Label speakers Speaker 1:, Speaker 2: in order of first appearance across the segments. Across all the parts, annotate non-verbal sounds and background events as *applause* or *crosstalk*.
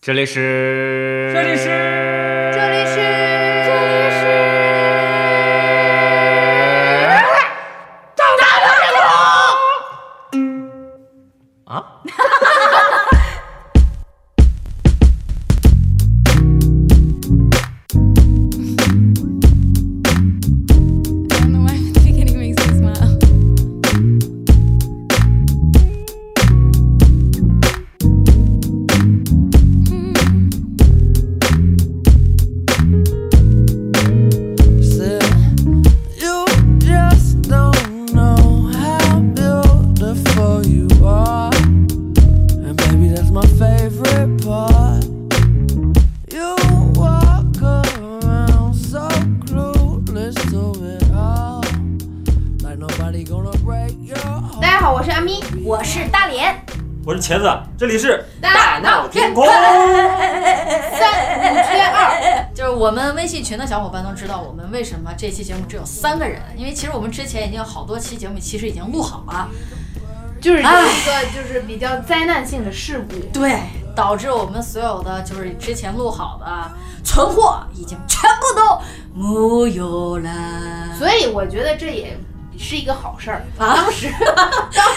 Speaker 1: 这里是，
Speaker 2: 这里是
Speaker 3: 这里是这里是
Speaker 1: 啊，
Speaker 3: I don't know why the beginning makes me smile. 大家好，我是阿咪，我是大连，
Speaker 2: 我是茄子，这里是
Speaker 3: 大闹
Speaker 2: 天
Speaker 3: 天
Speaker 2: 空。
Speaker 3: 缺二，
Speaker 4: 就是我们微信群的小伙伴都知道，我们为什么这期节目只有三个人，因为其实我们之前已经有好多期节目，其实已经录好了，
Speaker 3: 就是有一个就是比较灾难性的事故，
Speaker 4: 对，导致我们所有的就是之前录好的存货已经全部都没有了。
Speaker 3: 所以我觉得这也是一个好事儿。
Speaker 4: 当时，当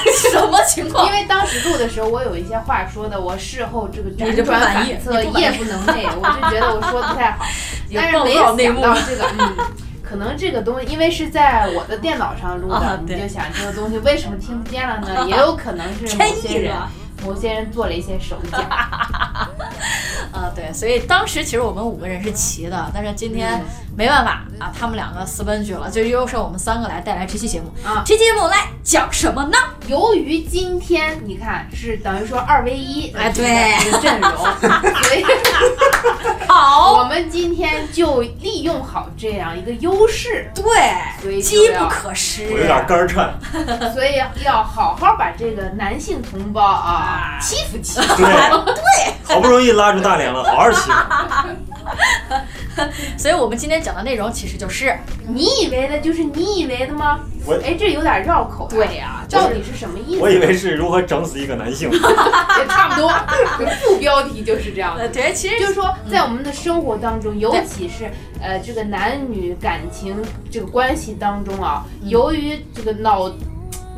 Speaker 4: 时什么情况
Speaker 3: 因？为当时录的时候，我有一些话说的，我事后这个
Speaker 4: 你
Speaker 3: 辗
Speaker 4: 就不
Speaker 3: 转
Speaker 4: 满意
Speaker 3: 反侧，
Speaker 4: 你不满意
Speaker 3: 夜不能寐，我就觉得我说的不太好，
Speaker 4: *laughs* 有
Speaker 3: 但是
Speaker 4: 暴
Speaker 3: 没
Speaker 4: 露
Speaker 3: 有
Speaker 4: 内
Speaker 3: 想
Speaker 4: 幕
Speaker 3: 到这个，嗯，可能这个东西，因为是在我的电脑上录
Speaker 4: 啊
Speaker 3: 的，你
Speaker 4: 对
Speaker 3: 就想这个东西为什么听不见了
Speaker 4: *laughs*
Speaker 3: 呢？也有可能是某
Speaker 4: 天意
Speaker 3: 些人
Speaker 4: 人。
Speaker 3: 某些人做了一些手脚，
Speaker 4: 啊，对，所以当时其实我们五个人是齐的，但是今天没办法啊，他们两个私奔去了，就又是我们三个来带来这期节目。
Speaker 3: 啊
Speaker 4: 这期节目来讲什么呢？
Speaker 3: 由于今天你看是等于说二 v 一，
Speaker 4: 哎对
Speaker 3: 这个阵
Speaker 4: *laughs*
Speaker 3: 容，所以
Speaker 4: 好，
Speaker 3: 我们今天就利用好这样一个优势，所
Speaker 4: 对，
Speaker 3: 以就
Speaker 4: 机不
Speaker 3: 要
Speaker 4: 可
Speaker 2: 我有
Speaker 4: 失。
Speaker 2: 点肝颤，
Speaker 3: 所以要好好把这个男性同胞啊
Speaker 4: 啊
Speaker 3: 欺负欺
Speaker 2: 对
Speaker 3: 负。
Speaker 2: 对，好不容易拉住大连了，好好欺负。
Speaker 4: 所以我们今天讲的内容其实就是，
Speaker 3: 你以为的就是你以为的吗
Speaker 2: 我？
Speaker 3: 哎，这有点绕口、啊。
Speaker 4: 对呀
Speaker 3: 到底是什么意思？
Speaker 2: *laughs* 我以为是如何整死一个男
Speaker 4: *laughs*
Speaker 2: 性，嗯
Speaker 3: 也差不多， *laughs* 副标题就是这样
Speaker 4: 呃，
Speaker 3: 的。
Speaker 4: 对，其实
Speaker 3: 就是是说，在我们的生活当中，尤其是呃这个男女感情这个关系当中啊，
Speaker 4: 嗯
Speaker 3: 由于这个脑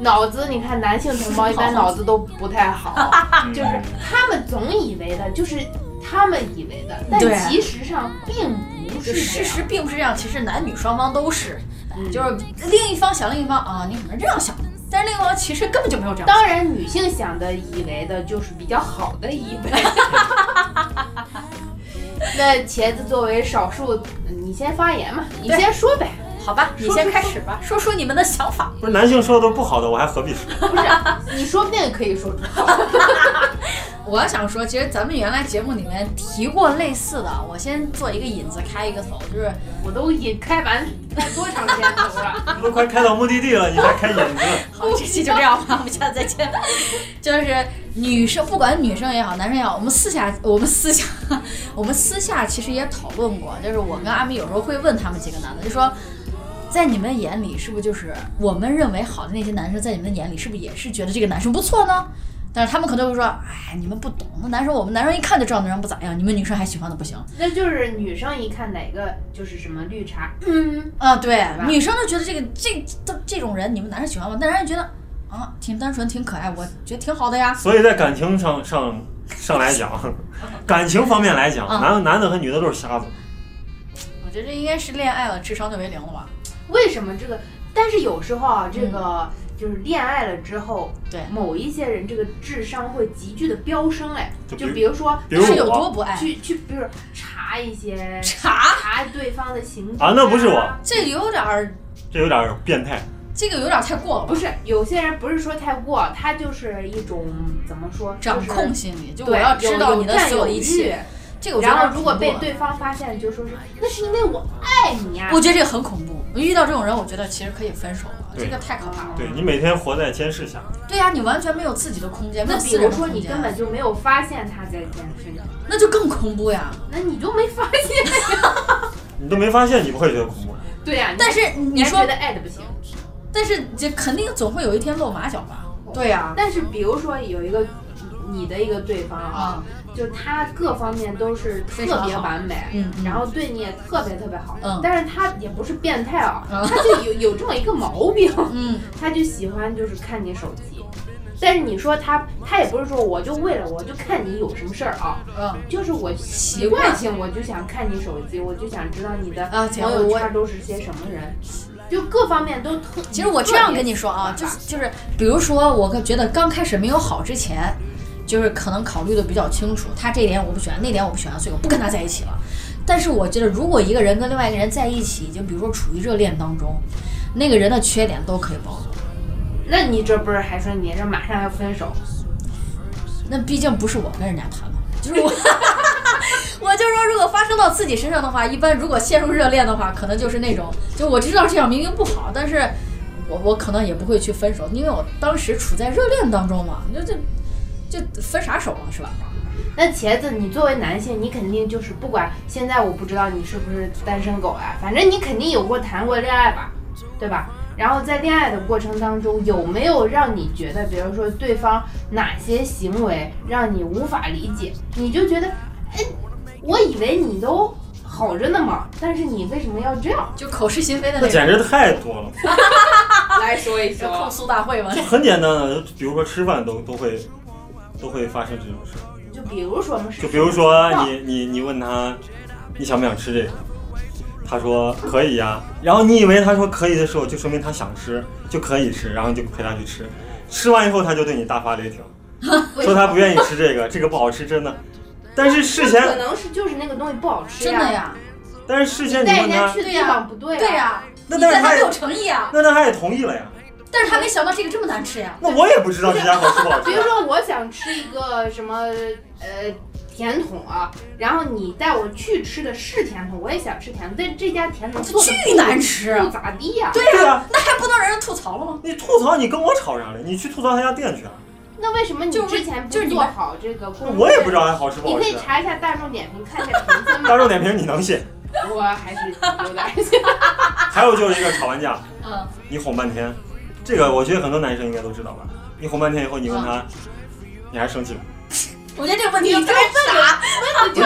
Speaker 3: 脑子，你看男性
Speaker 4: *laughs*
Speaker 3: 同胞一般脑子都不太好，就是他们总以为的，就是他们以为的，但
Speaker 4: 对
Speaker 3: 其实上并不
Speaker 4: 就
Speaker 3: 是这样
Speaker 4: 事实并不是这样，其实男女双方都是，
Speaker 3: 嗯
Speaker 4: 就是另一方想另一方啊，你可能这样想，但是另一方其实根本就没有这样想。
Speaker 3: 当然，女性想的以为的就是比较好的以为。 *laughs* 那茄子作为少数，你先发言嘛，你
Speaker 4: 对
Speaker 3: 先说呗。
Speaker 4: 好吧，你
Speaker 3: 说
Speaker 4: 先
Speaker 3: 说
Speaker 4: 开
Speaker 3: 说
Speaker 4: 始吧，说说你们的想法。
Speaker 2: 不是男性说的都是不好的，我还何
Speaker 4: *laughs*
Speaker 2: 必说？
Speaker 3: 不是，你说不定可以说出口。
Speaker 4: 我想说，其实咱们原来节目里面提过类似的，我先做一个引子，开一个头，就是
Speaker 3: 我都已开完开多长时间头了？
Speaker 2: 你都快开到目的地了，你还开
Speaker 4: *laughs*
Speaker 2: 引子？
Speaker 4: 好，这期就这样吧，我们下次再见。 *laughs* 就是女生，不管女生也好，男生也好，我们私下，我们私下，我们私下其实也讨论过，就是我跟阿米有时候会问他们几个男的，就说。在你们眼里，是不是就是我们认为好的那些男生，在你们眼里是不是也是觉得这个男生不错呢？但是他们可能会说，哎，你们不懂，那男生我们男生一看就知道那人不咋样，你们女生还喜欢的不行。
Speaker 3: *laughs* 那就是女生一看哪个就是什么绿茶，嗯，
Speaker 4: 啊，对
Speaker 3: 吧，
Speaker 4: 女生就觉得这个这这这种人，你们男生喜欢吗？男生就觉得啊，挺单纯，挺可爱，我觉得挺好的呀。
Speaker 2: 所以在感情上上上
Speaker 4: *laughs*
Speaker 2: 来讲，感情方面来讲，
Speaker 4: 嗯
Speaker 2: 男男的和女的都是瞎子。
Speaker 4: 我觉得这应该是恋爱了，智商就为零了吧？
Speaker 3: 为什么这个？但是有时候啊，这个就是恋爱了之后，
Speaker 4: 嗯对
Speaker 3: 某一些人这个智商会急剧的飙升，哎，
Speaker 2: 就
Speaker 3: 就
Speaker 2: 比
Speaker 3: 比如说
Speaker 2: 比如
Speaker 4: 是
Speaker 2: 我
Speaker 4: 有多不爱？
Speaker 3: 去去，比如查一些
Speaker 4: 哎查，
Speaker 3: 查对方的行踪
Speaker 2: 啊那不是我
Speaker 4: *laughs* 这有点儿，
Speaker 2: 这有点变态。
Speaker 4: 这个有点太过了吧
Speaker 3: 不？是有些人不是说太过，他就是一种怎么说
Speaker 4: 掌控。
Speaker 3: 就是
Speaker 4: 心理，就
Speaker 3: 对
Speaker 4: 我要知道
Speaker 3: 有
Speaker 4: 你的所有的一切。这个我觉得
Speaker 3: 然
Speaker 4: 有点
Speaker 3: 后，如果
Speaker 4: 恐怖
Speaker 3: 被
Speaker 4: 了，
Speaker 3: 对方发现，就说是那是因为我爱你呀、
Speaker 4: 我觉得这个很恐怖。遇到这种人，我觉得其实可以分手了，
Speaker 2: 对
Speaker 4: 这个太可怕了。
Speaker 2: 对你每天活在监视下，
Speaker 4: 对啊呀、你完全没有自己的空间，没
Speaker 3: 那
Speaker 4: 有
Speaker 3: 比
Speaker 4: 私
Speaker 3: 如
Speaker 4: 人的
Speaker 3: 说你
Speaker 4: 空间
Speaker 3: 根，本就没有发现他在监视你，
Speaker 4: 那就更恐怖呀。
Speaker 3: 那你就没发现。 *laughs*
Speaker 2: 你都没发现，你不会觉得恐怖。
Speaker 3: 对呀、
Speaker 4: 但是
Speaker 3: 你
Speaker 4: 你
Speaker 3: 还
Speaker 4: 说
Speaker 3: 觉得爱的不行。
Speaker 4: 啊但是这肯定总会有一天露马脚吧？对呀、
Speaker 3: 但是比如说有一个你的一个对方啊，
Speaker 4: 啊，
Speaker 3: 就他各方面都是特别完美，
Speaker 4: 嗯嗯
Speaker 3: 然后对你也特别特别好，
Speaker 4: 嗯
Speaker 3: 但是他也不是变态啊，
Speaker 4: 嗯
Speaker 3: 他就有有这么一个毛病，
Speaker 4: 嗯
Speaker 3: 他就喜欢就是看你手机。但是你说他，他也不是说我就为了我就看你有什么事儿啊，
Speaker 4: 嗯
Speaker 3: 就是我习惯性我就想看你手机，我就想知道你的
Speaker 4: 啊，姐
Speaker 3: 朋友
Speaker 4: 我
Speaker 3: 圈都是些什么人，就各方面都特。
Speaker 4: 其实我这样跟你说啊，就
Speaker 3: 特别
Speaker 4: 是就是，比如说，我觉得刚开始没有好之前，就是可能考虑的比较清楚，他这一点我不喜欢，那点我不喜欢，所以我不跟他在一起了。但是我觉得，如果一个人跟另外一个人在一起，已经比如说处于热恋当中，那个人的缺点都可以包容。
Speaker 3: 那你这不是还说你这马上要分手？
Speaker 4: 那毕竟不是我跟人家谈嘛， *laughs* 就是我，我就说，如果发生到自己身上的话，一般如果陷入热恋的话，可能就是那种，就我知道这样明明不好，但是我我可能也不会去分手，因为我当时处在热恋当中嘛，就这就分啥手啊，是吧？
Speaker 3: 那茄子，你作为男性，你肯定就是不管现在我不知道你是不是单身狗啊，反正你肯定有过谈过恋爱吧，对吧？然后在恋爱的过程当中，有没有让你觉得，比如说对方哪些行为让你无法理解，你就觉得，哎，我以为你都好着呢嘛，但是你为什么要这样？
Speaker 4: 就口是心非的
Speaker 2: 那
Speaker 4: 那种，
Speaker 2: 简直太多了，
Speaker 3: 来说一
Speaker 4: 就控，诉大会嘛。
Speaker 2: 就很简单的，就比如说吃饭都都会都会发生这种事，
Speaker 3: 就比如说嘛，
Speaker 2: 就比如说
Speaker 3: 哦
Speaker 2: 你你你问他你想不想吃这个，他说可以呀、然后你以为他说可以的时候，就说明他想吃，就可以吃，然后你就陪他去吃，吃完以后他就对你大发雷霆，说他不愿意吃这个，这个不好吃，真的。但是事
Speaker 3: 可
Speaker 2: 前，
Speaker 3: 能是就是那个东西不好
Speaker 4: *laughs*
Speaker 3: 吃
Speaker 4: 真
Speaker 3: 呀，
Speaker 4: 的呀，
Speaker 2: 但是事
Speaker 3: 你
Speaker 2: 先你
Speaker 3: 带人
Speaker 2: 问
Speaker 3: 家
Speaker 2: 他，
Speaker 3: 去的地方不对啊
Speaker 4: 对啊呀、
Speaker 2: 那
Speaker 4: 你
Speaker 2: 但
Speaker 4: 对他
Speaker 2: 是他
Speaker 4: 没有
Speaker 2: 也
Speaker 4: 诚意啊，
Speaker 2: 那那他也同意了呀，
Speaker 4: 但是他没想到这个这么难吃呀、
Speaker 2: 那我也不知道这家好吃不好
Speaker 3: 比
Speaker 2: 吃
Speaker 3: 如
Speaker 2: 啊。
Speaker 3: 说，我想吃一个什么呃甜筒啊，然后你带我去吃的是甜筒，我也想吃甜筒，但这家甜筒做的
Speaker 4: 巨难吃，
Speaker 3: 不咋地呀、
Speaker 4: 对
Speaker 2: 对
Speaker 4: 呀、
Speaker 2: 呀，
Speaker 4: 那还不能让人吐槽了吗？
Speaker 2: 你吐槽你跟我吵啥了？你去吐槽他家店去啊！
Speaker 3: 那为什么你
Speaker 4: 就是
Speaker 3: 之前
Speaker 4: 就是
Speaker 3: 不
Speaker 4: 你
Speaker 3: 做
Speaker 4: 们
Speaker 3: 好这个攻略？
Speaker 2: 我也不知。道它好吃不
Speaker 3: 你
Speaker 2: 好
Speaker 3: 可
Speaker 2: 吃啊
Speaker 3: 以。查一下大众点评，看一下评
Speaker 4: *laughs*
Speaker 3: 分
Speaker 2: 大
Speaker 3: 吧。
Speaker 2: 众点评你能信？
Speaker 3: 我还是有点
Speaker 2: 还有就是一个吵完架，
Speaker 4: 嗯，
Speaker 2: 你哄半天，这个我觉得很多男生应该都知道吧？你哄半天以后，
Speaker 4: 嗯
Speaker 2: 你问他，你还生气吗？
Speaker 4: 我觉得这个问题就
Speaker 3: 你这
Speaker 4: 该
Speaker 3: 啥？就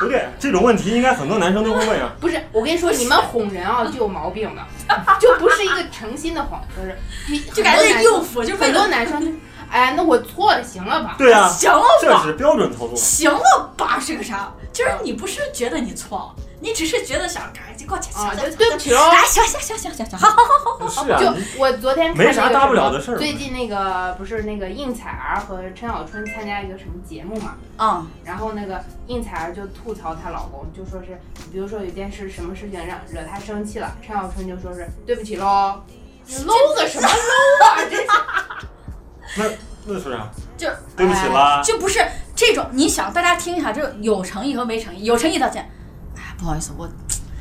Speaker 2: 不对，这种问题应该很多男生都会
Speaker 4: *laughs*
Speaker 2: 问啊。
Speaker 3: 不是，我跟你说，你们哄人啊就有毛病了，就不是一个诚心的哄，就是
Speaker 4: *laughs* 就感觉在应付，就为
Speaker 3: 很多
Speaker 4: 了
Speaker 3: 男生就，哎，那我错了，行了吧？
Speaker 2: 对啊，
Speaker 4: 行了
Speaker 2: 这
Speaker 4: 吧，
Speaker 2: 是标准操作。
Speaker 4: 行了吧，是个啥？就是你不是觉得你错，你只是觉得想，哎，就给我钱，
Speaker 3: 啊，
Speaker 4: 行
Speaker 3: 就对不起喽。
Speaker 4: 哎，行行行行行行，好好，
Speaker 2: 是啊
Speaker 3: 就，我昨天看
Speaker 2: 没啥
Speaker 3: 那个
Speaker 2: 大不
Speaker 3: 什
Speaker 2: 了
Speaker 3: 么
Speaker 2: 的事儿嘛
Speaker 3: 最近那个不是那个应采儿和陈小春参加一个什么节目嘛，
Speaker 4: 嗯，
Speaker 3: 然后那个应采儿就吐槽她老公，就说是比如说有件事什么事情让惹她生气了，陈小春就说是对不起喽，你搂个什么搂啊，这是
Speaker 2: 那说啥？
Speaker 4: 就哎
Speaker 2: 对不起啦。
Speaker 4: 就不是这种。你想，大家听一下，这有诚意和没诚意，有诚意道歉，哎，不好意思，我，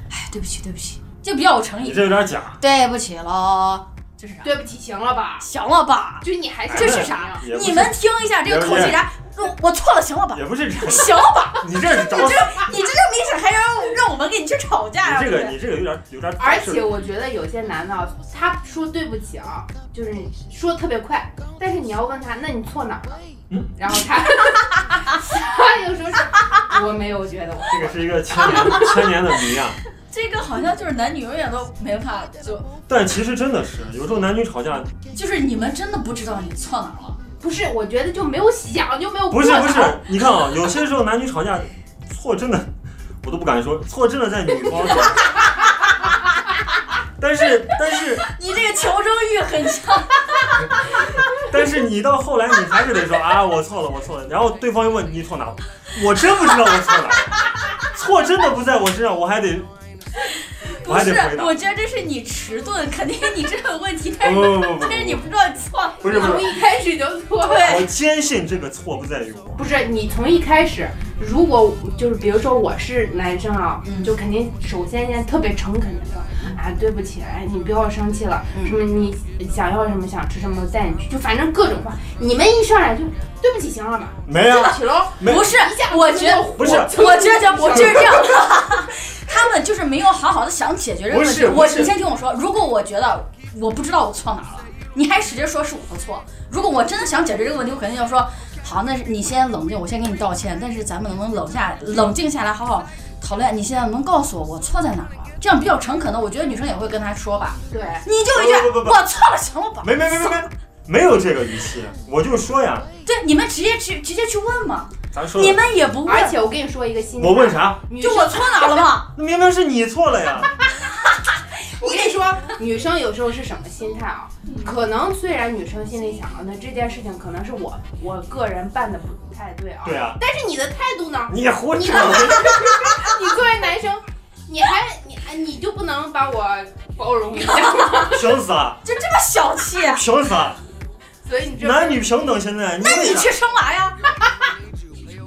Speaker 4: 哎，对不起，对不起，就比较有诚
Speaker 2: 你
Speaker 4: 意，
Speaker 2: 这有点假，
Speaker 4: 对不起喽，这是啥？
Speaker 3: *laughs* 对不起，行了吧？
Speaker 4: 行了吧，
Speaker 3: 就你还
Speaker 2: 哎
Speaker 3: 想
Speaker 4: 这
Speaker 3: 怎
Speaker 4: 是
Speaker 3: 么
Speaker 4: 啥
Speaker 3: 样？
Speaker 2: 也不是
Speaker 4: 你们听一下这个口气啥？我我错了，行了吧，
Speaker 2: 也不是这，
Speaker 4: 行了吧，
Speaker 2: 你这是找死。
Speaker 4: 你这个明显还让让我们跟你去吵架呀？
Speaker 2: 你
Speaker 4: 对
Speaker 2: 这个
Speaker 4: 不对
Speaker 2: 你这个有点有点
Speaker 3: 而
Speaker 2: 是
Speaker 3: 且我觉得有些男的啊，他说对不起啊，就是说特别快，但是你要问他，那你错哪儿了？
Speaker 2: 嗯
Speaker 3: 然后
Speaker 2: *laughs*
Speaker 3: 他他又说是，我没有觉得我
Speaker 2: 这个是一个千年千年的谜啊。
Speaker 4: 这个好像就是男女永远都没法就
Speaker 2: 但其实真的是，有时候男女吵架
Speaker 4: 就是你们真的不知道你错哪了。
Speaker 3: 不是，我觉得就没有想，就
Speaker 4: *laughs*
Speaker 3: 没有
Speaker 2: 不是
Speaker 3: 过
Speaker 2: 不是
Speaker 3: 脑，
Speaker 2: 你看啊，有些时候男女吵架，错真的，我都不敢说，错真的在女方身上。 *laughs* 但是但是
Speaker 4: 你这个求生欲很强，
Speaker 2: 但是你到后来你还是得说啊，我错了我错了，然后对方又问你错哪了，我真不知道我错哪了， *laughs* 错真的不在我身上，我还得
Speaker 4: 不
Speaker 2: 我还
Speaker 4: 是
Speaker 2: 得回？答
Speaker 4: 我觉得这是你迟钝，肯定你这有问题，但
Speaker 2: 不
Speaker 4: 是
Speaker 2: 不不不不
Speaker 4: 但是你不知道你错了。
Speaker 2: 不是不
Speaker 3: 从
Speaker 2: 是，
Speaker 3: 一开始就错了。
Speaker 4: 对，
Speaker 2: 我坚信这个错不在于我，
Speaker 3: 不是你从一开始，如果就是比如说我是男生啊，
Speaker 4: 嗯
Speaker 3: 就肯定首先先特别诚恳的说啊，对不起，哎，你不要生气了，
Speaker 4: 嗯
Speaker 3: 什么你想要什么想吃什么带你去，就反正各种话。你们一上来就对不起，行了吧？
Speaker 2: 没
Speaker 3: 对
Speaker 2: 有
Speaker 3: 不起喽，
Speaker 2: 没
Speaker 4: 不是，我觉得
Speaker 2: 不是
Speaker 4: 我觉得我就是这样，他们就是没有好好的想解决这个问题。
Speaker 2: 不是
Speaker 4: 我
Speaker 2: 不是
Speaker 4: 你先听我说，如果我觉得我不知道我错哪儿了，你还使劲说是我的错，如果我真的想解决这个问题，我肯定要说好，那是你先冷静，我先给你道歉，但是咱们能不能冷下冷静下来，好好讨论？你现在能告诉我我错在哪儿吗？这样比较诚恳的，我觉得女生也会跟他说吧。
Speaker 3: 对，
Speaker 4: 你就一句
Speaker 2: 不不不不
Speaker 4: 我错了什么吧？
Speaker 2: 没没没没没，没有这个语气，我就说呀，
Speaker 4: 对，你们直接去直接去问嘛，
Speaker 2: 咱说
Speaker 4: 你们也不问
Speaker 3: 而，且我跟你说一个心态，
Speaker 2: 我问啥？
Speaker 3: 女
Speaker 4: 就
Speaker 3: 生
Speaker 4: 我错哪儿了 *laughs* 吗？
Speaker 2: 那明明是你错了呀！
Speaker 3: 我跟你说，女生有时候是什么心态啊？可能虽然女生心里想啊，那这件事情可能是我我个人办的不太对啊，
Speaker 2: *laughs* 对啊，
Speaker 3: 但是你的态度呢？
Speaker 2: 你胡扯！
Speaker 4: *laughs*
Speaker 3: *laughs* 你作为男生，你还你哎你就不能把我包容一下吗？
Speaker 2: 凭啥？
Speaker 4: 就这么小气、
Speaker 2: 凭
Speaker 4: *laughs*
Speaker 2: 啥？
Speaker 3: 所以你这
Speaker 2: 男女平等现在，你
Speaker 4: 那你去生娃 *laughs* 呀？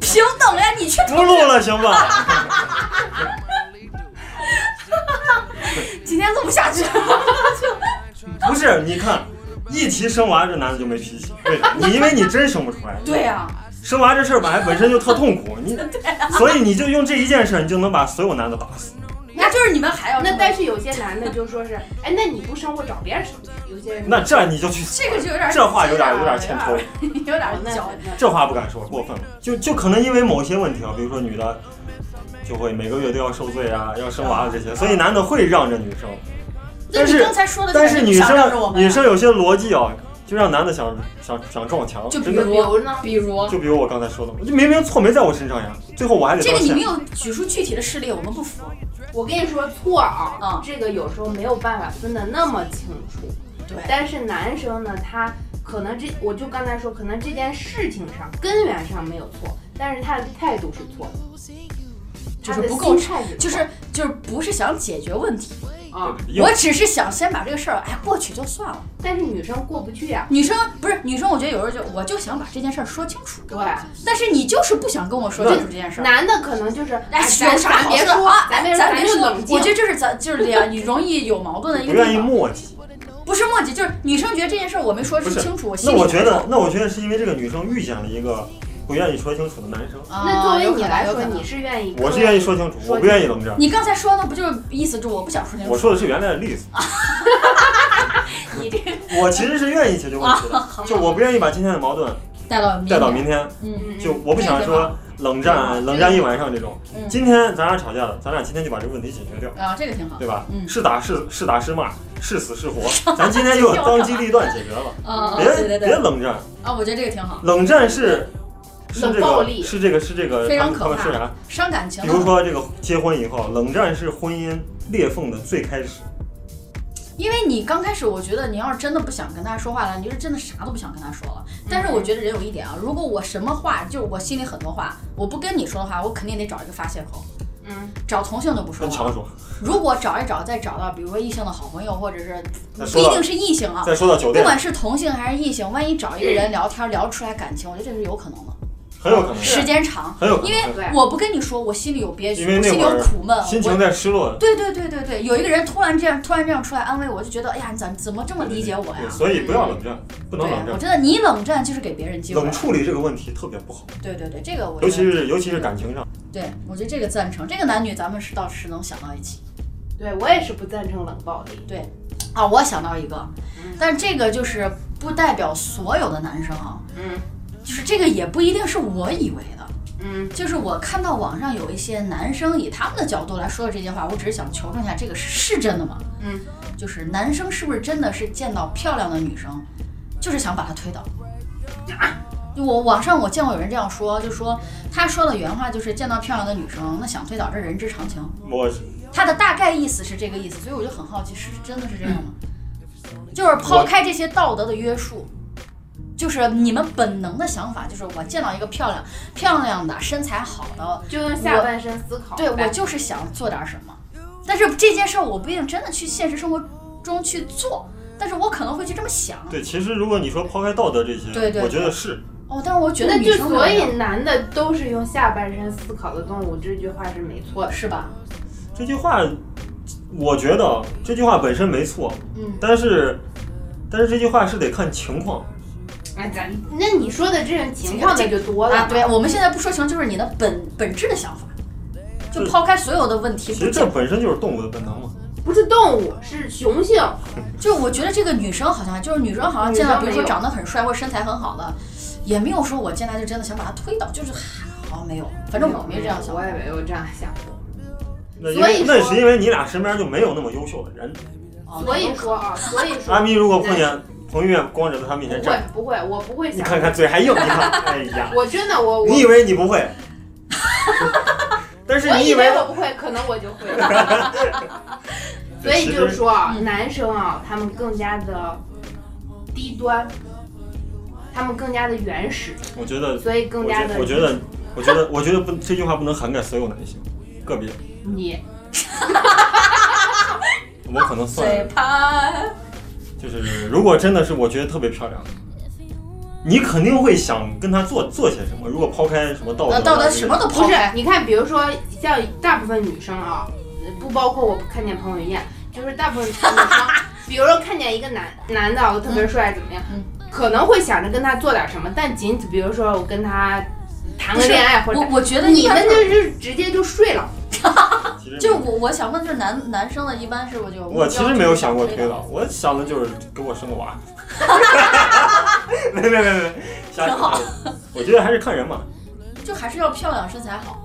Speaker 4: 平等呀，你去
Speaker 2: 不录了行吧？
Speaker 4: 今天录不下去了。
Speaker 2: 不是，你看，一提生娃这男的就没脾气，对的，你因为你真生不出来，
Speaker 4: 对呀、
Speaker 2: 生娃这事儿本来本身就特痛苦，你，
Speaker 4: 啊
Speaker 2: 所以你就用这一件事儿，你就能把所有男的打死。
Speaker 4: 那就是你们还要
Speaker 3: *laughs* 那但
Speaker 4: 是
Speaker 3: 是有些男的就说是，哎，那你不生我找别人生去。有些人
Speaker 2: 那这你就去死，
Speaker 4: 这个就有点
Speaker 2: 这话有点有点欠抽，
Speaker 4: *laughs* 有点
Speaker 3: 啊
Speaker 4: 矫情。
Speaker 2: 这话不敢说，过分了。就就可能因为某些问题啊，比如说女的就会每个月都要受罪啊，要生娃的这些，所以男的会让着女生。但
Speaker 4: 你
Speaker 2: 是
Speaker 4: 刚才说的，
Speaker 2: 但是女
Speaker 4: 想让着我
Speaker 2: 生
Speaker 4: 们呀
Speaker 2: 女生有些逻辑啊，就让男的想想想撞墙，
Speaker 4: 就 *laughs* 比
Speaker 2: 真的。
Speaker 3: 比如呢，
Speaker 4: 比如
Speaker 2: 就比如我刚才说的，就明明错没在我身上呀，最后我还得
Speaker 4: 这
Speaker 2: 道
Speaker 4: 个，你
Speaker 2: 歉
Speaker 4: 没。有举出具体的事例，我们不服。
Speaker 3: 我跟你说错啊，
Speaker 4: 嗯
Speaker 3: 这个有时候没有办法分得那么清楚。
Speaker 4: 对
Speaker 3: 但是男生呢，他可能这我就刚才说，可能这件事情上根源上没有错，但是他的态度是错的，
Speaker 4: 就
Speaker 3: 他
Speaker 4: 是
Speaker 3: 的
Speaker 4: 不够
Speaker 3: 心态是错的
Speaker 4: 就是就是不是想解决问题，
Speaker 3: 啊。
Speaker 2: 有
Speaker 4: 我只是想先把这个事儿哎过去就算了。
Speaker 3: 但是女生过不去啊呀、
Speaker 4: 女生不是女生，我觉得有时候就我就想把这件事儿说清楚，
Speaker 3: 对，
Speaker 4: 但是你就是不想跟我说清楚这件事儿。
Speaker 3: 男的可能就是哎，
Speaker 4: 哎，
Speaker 3: 咱
Speaker 4: 有啥
Speaker 3: 咱
Speaker 4: 好
Speaker 3: 别
Speaker 4: 说
Speaker 3: 说
Speaker 4: 啊，？
Speaker 3: 咱别
Speaker 4: 哎
Speaker 3: 说，
Speaker 4: 咱
Speaker 3: 咱
Speaker 4: 别
Speaker 3: 就
Speaker 4: 说
Speaker 3: 冷，静。
Speaker 4: 我觉得这是咱就是两你容易有矛盾的一
Speaker 2: 不
Speaker 4: 个地
Speaker 2: 愿意
Speaker 4: 方，
Speaker 2: 墨迹。
Speaker 4: 不是墨迹，就是女生觉得这件事儿我没说
Speaker 2: 不是
Speaker 4: 清楚，我心
Speaker 2: 那
Speaker 4: 里
Speaker 2: 我觉
Speaker 4: 难
Speaker 2: 得
Speaker 4: 受，
Speaker 2: 那我觉得是因为这个女生遇见了一个不愿意说清楚的男生。
Speaker 4: 啊
Speaker 3: 那作为
Speaker 4: 有可
Speaker 3: 你
Speaker 4: 能
Speaker 3: 来
Speaker 4: 有
Speaker 3: 说，
Speaker 4: 可能
Speaker 3: 你是愿意跟？
Speaker 2: 我是愿意说清楚，我不愿意冷战。
Speaker 4: 你刚才说的不就是意思就是我不想说清
Speaker 2: 我
Speaker 4: 楚？
Speaker 2: 说的是原来的例子，
Speaker 4: *laughs* 你这个啊
Speaker 2: 我其实是愿意解决问题的，就我不愿意把今天的矛盾
Speaker 4: 带到
Speaker 2: 带到明天，
Speaker 4: 嗯，
Speaker 3: 嗯，嗯
Speaker 2: 就我不想说冷战冷战一晚上这种。
Speaker 4: 嗯
Speaker 2: 今天咱俩吵架了，咱俩今天就把这个问题解决掉，
Speaker 4: 啊，这个挺好，
Speaker 2: 对吧？
Speaker 4: 嗯
Speaker 2: 是打是是打是骂，是死是
Speaker 4: *laughs*
Speaker 2: 活，咱今天就当机立断解决了，
Speaker 4: 啊，啊对
Speaker 2: 别
Speaker 4: 对
Speaker 2: 别
Speaker 4: 对，
Speaker 2: 冷战，
Speaker 4: 啊，我觉得这个挺好，
Speaker 2: 冷战是。是这
Speaker 3: 冷暴
Speaker 2: 个，
Speaker 3: 力
Speaker 2: 是这个，是这个，
Speaker 4: 非
Speaker 2: 他
Speaker 4: 常
Speaker 2: 们他们
Speaker 4: 可怕
Speaker 2: 说啥？
Speaker 4: 伤感情
Speaker 2: 比
Speaker 4: 的，
Speaker 2: 如说这个结婚以后，冷战是婚姻裂缝的最开始。
Speaker 4: 因为你刚开始，我觉得你要是真的不想跟他说话了，你就是真的啥都不想跟他说了。
Speaker 3: 嗯
Speaker 4: 但是我觉得人有一点啊，如果我什么话，就是我心里很多话，我不跟你说的话，我肯定得找一个发泄口，
Speaker 3: 嗯，
Speaker 4: 找同性就不说
Speaker 2: 跟
Speaker 4: 了。
Speaker 2: 强说，
Speaker 4: 如果找一找，再找到，比如说异性的好朋友，或者是
Speaker 2: 再
Speaker 4: 不
Speaker 2: 说
Speaker 4: 一
Speaker 2: 到
Speaker 4: 定是异性啊，
Speaker 2: 再说到酒
Speaker 4: 不
Speaker 2: 店，
Speaker 4: 管是同性还是异性，万一找一个人聊天聊出来感情，我觉得这是有可能的，
Speaker 2: 很有可能，
Speaker 4: 时间长。
Speaker 2: 很有可
Speaker 4: 因为
Speaker 2: 能，
Speaker 3: 对，
Speaker 4: 我不跟你说，我心里有憋屈，
Speaker 2: 啊因为
Speaker 4: 我
Speaker 2: 那
Speaker 4: 心里有
Speaker 2: 会儿
Speaker 4: 苦闷，
Speaker 2: 心
Speaker 4: 我
Speaker 2: 情在失落。
Speaker 4: 对对对对对，有一个人突然这样突然这样出来安慰我，就觉得哎呀，你怎怎么这么理解我呀嗯
Speaker 2: 对？所以不要冷战，不能冷
Speaker 4: 对，我
Speaker 2: 战，
Speaker 4: 觉得你冷战就是给别人机会
Speaker 2: 冷。处理这个问题特别不好，
Speaker 4: 对对对，这个我
Speaker 2: 尤
Speaker 4: 觉
Speaker 2: 其
Speaker 4: 得，
Speaker 2: 是尤其是感情上。
Speaker 4: 对我觉得这个赞成，这个男女咱们是倒是能想到一起。
Speaker 3: 对我也是不赞成冷暴力。
Speaker 4: 啊，我想到一个
Speaker 3: 嗯，
Speaker 4: 但这个就是不代表所有的男生啊，
Speaker 3: 嗯
Speaker 4: 就是这个也不一定是我以为的。
Speaker 3: 嗯
Speaker 4: 就是我看到网上有一些男生以他们的角度来说的这些话，我只是想求证一下，这个是真的吗？
Speaker 3: 嗯，
Speaker 4: 就是男生是不是真的是见到漂亮的女生，就是想把她推倒？
Speaker 3: 啊
Speaker 4: 就我网上我见过有人这样说，就说他说的原话就是见到漂亮的女生，那想推倒这人之常情。
Speaker 2: 我
Speaker 4: 他的大概意思是这个意思，所以我就很好奇，是真的是这样吗？就是抛开这些道德的约束，就是你们本能的想法，就是我见到一个漂亮、漂亮的、身材好的，
Speaker 3: 就用下半身思考呗。
Speaker 4: 对我就是想做点什么。但是这件事儿我不一定真的去现实生活中去做，但是我可能会去这么想。
Speaker 2: 对，其实如果你说抛开道德这些，
Speaker 4: 对对
Speaker 2: 我觉得是
Speaker 4: 哦，但是我觉得
Speaker 3: 那
Speaker 4: 女
Speaker 3: 就
Speaker 4: 生
Speaker 3: 所
Speaker 4: 会这样
Speaker 3: 以男的都是用下半身思考的动物，这句话是没错的。
Speaker 4: 是吧？
Speaker 2: 这句话，我觉得这句话本身没错，
Speaker 4: 嗯，
Speaker 2: 但是但是这句话是得看情况，
Speaker 3: 哎，咱那你说的这种情况那就多了。
Speaker 4: 啊，对，我们现在不说情，就是你的本本质的想法，就
Speaker 2: 对
Speaker 4: 抛开所有的问题
Speaker 2: 其
Speaker 4: 不
Speaker 2: 实
Speaker 4: 讲
Speaker 2: 这。本身就是动物的本能嘛。
Speaker 3: 不是动物，是雄性。
Speaker 4: 就是我觉得这个女生好像，就是女生好像见到，比如说长得很帅或者身材很好的，也没有说我见他就真的想把他推倒，就是好像没有，反正我没这样想。
Speaker 3: 我也没有这样想过。
Speaker 2: 那因
Speaker 3: 所以
Speaker 2: 为那
Speaker 3: 说
Speaker 2: 是因为你俩身边就没有那么优秀的人。
Speaker 4: 哦
Speaker 3: 所以说啊，所以说
Speaker 2: 阿咪如果碰见彭于晏光着在他面前
Speaker 3: 不
Speaker 2: 站
Speaker 3: 会，不会，我不会
Speaker 2: 你
Speaker 3: 想。
Speaker 2: 看看嘴还硬，你看，哎呀，
Speaker 3: 我真的我我
Speaker 2: 你以为你
Speaker 3: *laughs*
Speaker 2: 不会，但是
Speaker 3: 我
Speaker 2: 你
Speaker 3: 以
Speaker 2: 以为
Speaker 3: 为我不会，可能我就会
Speaker 2: *laughs*
Speaker 3: 了。所以就是说啊，
Speaker 4: 嗯
Speaker 3: 男生啊，他们更加的低端，他们更加的原始，
Speaker 2: 我觉得，
Speaker 3: 所以更
Speaker 2: 我
Speaker 3: 加
Speaker 2: 觉
Speaker 3: 的
Speaker 2: 得，我觉得，我觉得，我觉得不，这句话不能涵盖所有男性，个别，
Speaker 3: 你
Speaker 2: 我可能
Speaker 4: 嘴
Speaker 2: 算，
Speaker 4: 巴
Speaker 2: 就是如果真的是我觉得特别漂亮的。你肯定会想跟她做做些什么。如果抛开什么道德，啊
Speaker 4: 呃道德什么都
Speaker 3: 不
Speaker 4: 抛
Speaker 3: 是
Speaker 4: 开。
Speaker 3: 你看，比如说像大部分女生啊，呃不包括我看见彭于晏，就是大部分女
Speaker 4: *laughs*
Speaker 3: 生，比如说看见一个男男的我特别帅怎么样
Speaker 4: 嗯，
Speaker 3: 可能会想着跟他做点什么，但仅仅比如说我跟他谈个恋爱或者
Speaker 4: 我我觉得
Speaker 3: 你
Speaker 4: 一般
Speaker 3: 们
Speaker 4: 是
Speaker 3: 就是直接就睡了。
Speaker 2: 其实
Speaker 4: 就是我我想问，就是男男生的，一般是我就
Speaker 2: 我其实没有想过推
Speaker 4: 倒，
Speaker 2: 倒，我想的就是给我生个娃。 *laughs* 没没没没，瞎
Speaker 4: 挺好
Speaker 2: 扯。我觉得还是看人嘛，
Speaker 4: 就还是要漂亮身材好，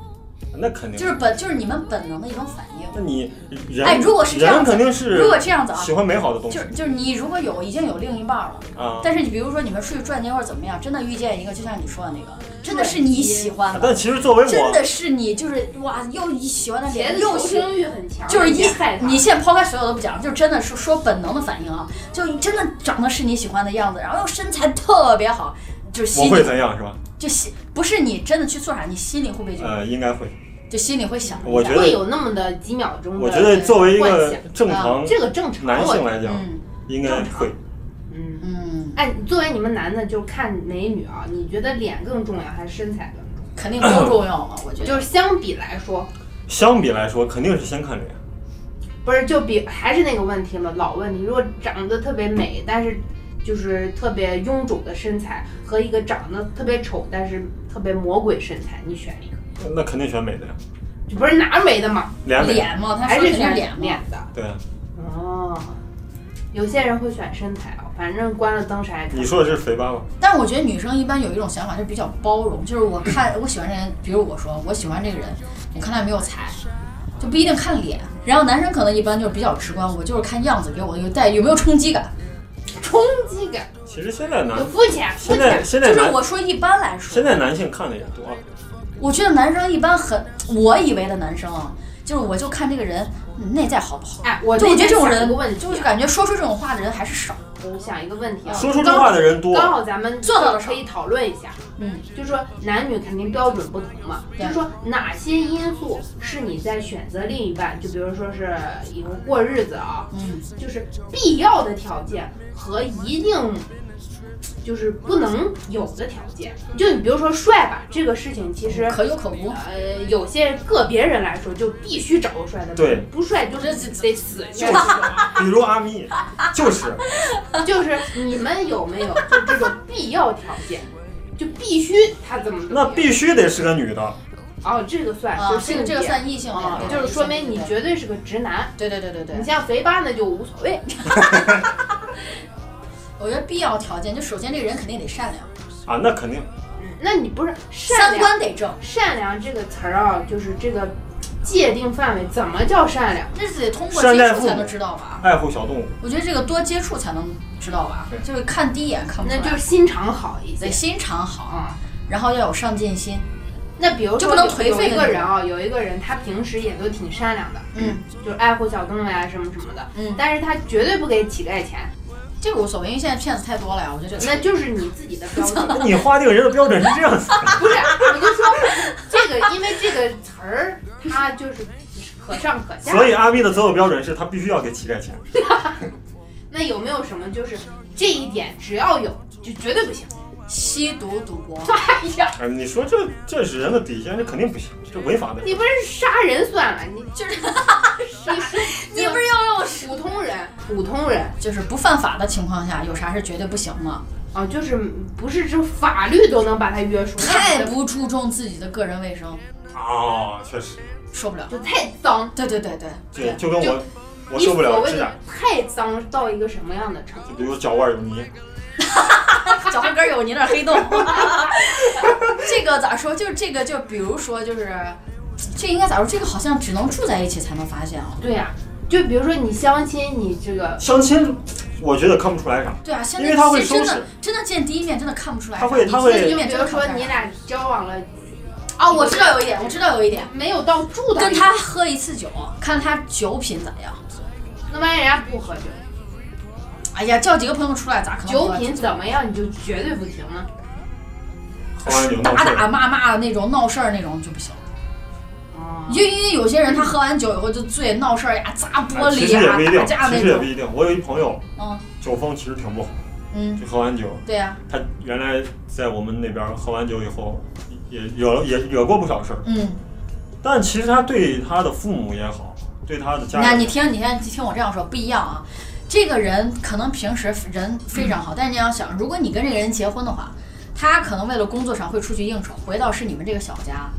Speaker 2: 那肯定。
Speaker 4: 就是本就是你们本能的一种反应。
Speaker 2: 那你人，
Speaker 4: 哎如果是这样
Speaker 2: 人
Speaker 4: 子
Speaker 2: 肯定
Speaker 4: 如
Speaker 2: 是
Speaker 4: 果这样子啊，
Speaker 2: 喜欢美好的东西
Speaker 4: 就是就是你如果有已经有另一半了，
Speaker 2: 啊。
Speaker 4: 但是你比如说你们出去转街或者怎么样，真的遇见一个，就像你说的那个，真的
Speaker 3: 对
Speaker 4: 是你喜欢的，
Speaker 2: 但其实作为
Speaker 4: 真
Speaker 2: 我，
Speaker 4: 的是你就是哇，又一喜欢的
Speaker 3: 茄
Speaker 4: 脸
Speaker 3: 子
Speaker 4: 又
Speaker 3: 求
Speaker 4: 喜。
Speaker 3: 生欲很强，
Speaker 4: 就是一
Speaker 3: 你害他
Speaker 4: 你现在抛开所有都不讲，就真的是说本能的反应啊，就真的长得是你喜欢的样子，然后又身材特别好，就是
Speaker 2: 我
Speaker 4: 心
Speaker 2: 会
Speaker 4: 里
Speaker 2: 怎样是吧？
Speaker 4: 就心不是你真的去做啥，你心里会不会就
Speaker 2: 呃，应该会。
Speaker 4: 就心里会想一下？
Speaker 2: 我觉得
Speaker 3: 会有那么的几秒钟的。
Speaker 2: 我觉得作为一个
Speaker 3: 幻
Speaker 4: 啊
Speaker 3: 想
Speaker 2: 正常
Speaker 3: 这个正常，
Speaker 2: 男性
Speaker 3: 我
Speaker 2: 来讲，
Speaker 4: 嗯
Speaker 2: 应该会。
Speaker 3: 嗯，
Speaker 4: 嗯，
Speaker 3: 哎，作为你们男的，就是看美女啊，你觉得脸更重要还是身材更重
Speaker 4: 肯定都重要了，我觉得
Speaker 3: 要？就是相比来说，
Speaker 2: 相比来说，肯定是先看脸。
Speaker 3: 不是就比还是那个问题嘛，老问题。如果长得特别美，但是就是特别臃肿的身材，和一个长得特别丑但是特别魔鬼身材，你选一个，
Speaker 2: 那肯定选美的呀，
Speaker 3: 就不是哪儿美的嘛，
Speaker 2: 脸美。
Speaker 4: 脸嘛，他
Speaker 3: 还
Speaker 4: 说的
Speaker 3: 是
Speaker 4: 是
Speaker 3: 选
Speaker 4: 脸嘛
Speaker 3: 脸，的。
Speaker 2: 对啊，
Speaker 3: 哦，有些人会选身材哦，反正关了灯啥也看不见。
Speaker 2: 你说的是肥八吧？
Speaker 4: 但是我觉得女生一般有一种想法，就是比较包容，就是我看我喜欢这人，比如我说我喜欢这个人，我看他有没有才，就不一定看脸。然后男生可能一般就是比较直观，我就是看样子给我有带有没有冲击感。
Speaker 3: 冲击感，
Speaker 2: 其实现在男
Speaker 3: 有，肤浅，肤
Speaker 2: 啊现在
Speaker 3: 浅。
Speaker 2: 现
Speaker 4: 就
Speaker 2: 在
Speaker 4: 是
Speaker 2: 男，
Speaker 4: 我说一般来说
Speaker 2: 现，在男性看的也多。啊
Speaker 4: 我觉得男生一般很，我以为的男生啊，就是我就看这个人嗯内在好不好。
Speaker 3: 哎，我
Speaker 4: 就我觉得这种
Speaker 3: 那天想
Speaker 4: 人
Speaker 3: 一个问题，，啊
Speaker 4: 就是感觉说出这种话的人还是少。
Speaker 3: 我想一个问题啊，
Speaker 2: 说出这话的人多，
Speaker 3: 刚好咱们
Speaker 4: 做到了
Speaker 3: 可以讨论一下，
Speaker 4: 嗯，
Speaker 3: 就是说男女肯定标准不同嘛，就
Speaker 4: 对
Speaker 3: 是说哪些因素是你在选择另一半，就比如说是以后过日子啊，
Speaker 4: 嗯，
Speaker 3: 就是必要的条件和一定。就是不能有的条件，就你比如说帅吧，这个事情其实
Speaker 4: 可有可无。
Speaker 3: 呃，有些个别人来说，就必须找个帅的，
Speaker 2: 对，
Speaker 3: 不帅就是得死去。
Speaker 2: 就是比如阿咪，就是
Speaker 3: 就是你们有没有就这种必要条件？就必须他怎么怎么
Speaker 2: 那
Speaker 3: 样
Speaker 2: 必须得是个女的，
Speaker 3: 哦，这个算
Speaker 4: 啊
Speaker 3: 就，
Speaker 4: 这
Speaker 3: 是
Speaker 4: 个这个
Speaker 3: 性别
Speaker 4: 算异性
Speaker 3: 啊，
Speaker 4: 恋，
Speaker 3: 就是说明你
Speaker 4: 觉
Speaker 3: 绝对是个直男。
Speaker 4: 对对对对对
Speaker 3: 你。像肥八呢就无所谓，
Speaker 4: 我觉得必要条件就首先这个人肯定得善良，
Speaker 2: 啊，那肯定
Speaker 3: 那你不是善
Speaker 4: 嗯三
Speaker 3: 良？
Speaker 4: 观得正，
Speaker 3: 善良这个词儿啊，就是这个界定范围，怎么叫善良？
Speaker 4: 这是得通过
Speaker 2: 善
Speaker 4: 接
Speaker 2: 待
Speaker 4: 触
Speaker 2: 父
Speaker 4: 才
Speaker 2: 母
Speaker 4: 能知道吧？
Speaker 2: 爱护小动物。
Speaker 4: 我觉得这个多接触才能知道吧
Speaker 2: 对，
Speaker 4: 就是看第一眼看不出
Speaker 3: 那
Speaker 4: 来，
Speaker 3: 就是心肠好一
Speaker 4: 得
Speaker 3: 些
Speaker 4: 心肠好，
Speaker 3: 啊。
Speaker 4: 然后要有上进心。
Speaker 3: 那比如
Speaker 4: 就
Speaker 3: 说
Speaker 4: 不能
Speaker 3: 有
Speaker 4: 颓废
Speaker 3: 有
Speaker 4: 的那
Speaker 3: 一个
Speaker 4: 种
Speaker 3: 人啊，有一个人他平时也都挺善良的，
Speaker 4: 嗯，
Speaker 3: 就是爱护小动物呀什么什么的，
Speaker 4: 嗯
Speaker 3: 但是他绝对不给乞丐钱，
Speaker 4: 这个无所谓，因为现在骗子太多了呀。我觉得这
Speaker 3: 那
Speaker 4: 个
Speaker 3: 就是你自己
Speaker 4: *laughs*
Speaker 3: 的标准。
Speaker 2: 你画这个人的标准是这样子，
Speaker 3: 不是，我就说这个，因为这个词儿它就是可上可下。
Speaker 2: 所以阿咪的择偶标准是他必须要给乞丐钱。
Speaker 3: 那有没有什么就是这一点只要有就绝对不行？
Speaker 4: 吸毒、赌博，
Speaker 3: 哎呀，
Speaker 2: 哎，你说这这是人的底线，这肯定不行，这违法的。
Speaker 3: 你不是杀人算了，你
Speaker 4: 就是
Speaker 3: 你说
Speaker 4: 你不是要让我说，
Speaker 3: 普通人，普通人
Speaker 4: 就是不犯法的情况下，有啥是绝对不行的？
Speaker 3: 啊，就是不是这法律都能把他约束，
Speaker 4: 太
Speaker 3: 那
Speaker 4: 不注重自己的个人卫生，
Speaker 2: 啊，确实，
Speaker 4: 受不了。
Speaker 3: 就太脏。
Speaker 4: 对对对对，
Speaker 2: 这就跟我我
Speaker 3: 你
Speaker 2: 受不
Speaker 3: 所
Speaker 2: 了
Speaker 3: 谓
Speaker 2: 指
Speaker 3: 的
Speaker 2: 甲，
Speaker 3: 太脏到一个什么样的程
Speaker 2: 就
Speaker 3: 度？
Speaker 2: 比如脚腕有泥，
Speaker 4: 小红根有你那黑洞。 *laughs* 这个咋说？就是这个，就比如说，就是这应该咋说？这个好像只能住在一起才能发现啊。
Speaker 3: 对呀、就比如说你相亲，你这个
Speaker 2: 相亲，我觉得看不出来啥。
Speaker 4: 对啊，现
Speaker 2: 因
Speaker 4: 在
Speaker 2: 为他会
Speaker 4: 其实真
Speaker 2: 收
Speaker 4: 的真的见第一面真的看不出来啥。
Speaker 2: 他会他会
Speaker 4: 你见第一
Speaker 3: 就
Speaker 4: 面
Speaker 3: 比
Speaker 4: 真的
Speaker 3: 如
Speaker 4: 看不出
Speaker 3: 说
Speaker 4: 来
Speaker 3: 你
Speaker 4: 啥。
Speaker 3: 俩交往了，
Speaker 4: 啊，我知道有一点，我知道有一点，
Speaker 3: 没有到住的，
Speaker 4: 跟他喝一次酒，看他酒品咋样。
Speaker 3: 那万一人家不喝酒，
Speaker 4: 哎呀，叫几个朋友出来咋可能喝
Speaker 3: 酒品怎么样你就绝对不行呢？
Speaker 2: 喝完酒闹
Speaker 4: 打
Speaker 2: 事
Speaker 4: 打
Speaker 2: 儿，
Speaker 4: 骂骂的那种闹事儿那种就不行。
Speaker 3: 嗯哦
Speaker 4: 就因为有些人他喝完酒以后就醉闹事儿呀，砸玻
Speaker 2: 哎其实
Speaker 4: 璃
Speaker 2: 也不一
Speaker 4: 呀、
Speaker 2: 定，
Speaker 4: 啊打架
Speaker 2: 其
Speaker 4: 那
Speaker 2: 实也不
Speaker 4: 种。
Speaker 2: 一定。我有一朋友
Speaker 4: 嗯
Speaker 2: 酒风其实挺不好，
Speaker 4: 嗯，
Speaker 2: 就喝完酒，
Speaker 4: 对呀、
Speaker 2: 他原来在我们那边喝完酒以后，也惹了也惹过不少事儿。
Speaker 4: 嗯。
Speaker 2: 但其实他对他的父母也好，对他的家
Speaker 4: 那
Speaker 2: 人
Speaker 4: 你，听，你先听我这样说，不一样啊。这个人可能平时人非常好，
Speaker 2: 嗯
Speaker 4: 但是你要想，如果你跟这个人结婚的话，他可能为了工作上会出去应酬，回到是你们这个小家，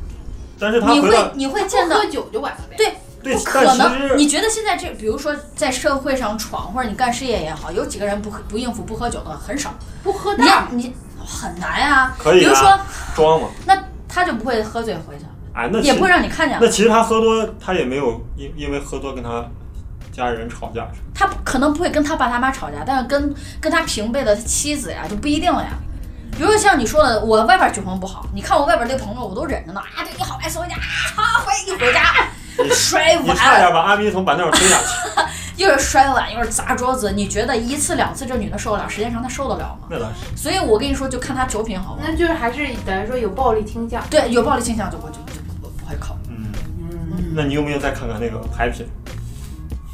Speaker 2: 但是他
Speaker 4: 你
Speaker 2: 回
Speaker 4: 会
Speaker 2: 到
Speaker 4: 你会见
Speaker 3: 不
Speaker 4: 到
Speaker 3: 喝酒就完了呗。
Speaker 4: 对。
Speaker 2: 对
Speaker 4: 不，可
Speaker 2: 但其
Speaker 4: 能，
Speaker 2: 实
Speaker 4: 你觉得现在这，比如说在社会上闯，或者你干事业也好，有几个人不喝不应付不喝酒的很少。
Speaker 3: 不喝
Speaker 4: 你要
Speaker 3: 大，
Speaker 4: 你很难啊。
Speaker 2: 可以
Speaker 4: 比如说
Speaker 2: 啊，，装嘛，
Speaker 4: 那他就不会喝醉回去，
Speaker 2: 哎，那
Speaker 4: 也
Speaker 2: 其
Speaker 4: 不会
Speaker 2: 实
Speaker 4: 让你看见
Speaker 2: 那。其实他喝多，他也没有因因为喝多跟他家人吵架啥，
Speaker 4: 他可能不会跟他爸他妈吵架，但是跟跟他平辈的妻子呀就不一定了呀。比如像你说的，我外边酒风不好，你看我外边那个朋友，我都忍着呢啊，对你好，爱送回家啊，回一回家 *laughs*
Speaker 2: 你
Speaker 4: 摔
Speaker 2: 你啊差
Speaker 4: 碗，
Speaker 2: 点把阿咪从板凳上推下去，
Speaker 4: 又是摔碗，又是砸桌子，你觉得一次两次这女的受得了，时间长她受得了吗？
Speaker 2: 那倒是。
Speaker 4: 所以我跟你说，就看她酒品好不好。
Speaker 3: 那就是还是等于说有暴力倾向。
Speaker 4: 对，有暴力倾向就我就就不不会考虑。
Speaker 2: 嗯，
Speaker 3: 嗯，
Speaker 2: 那你有没有再看看那个牌品？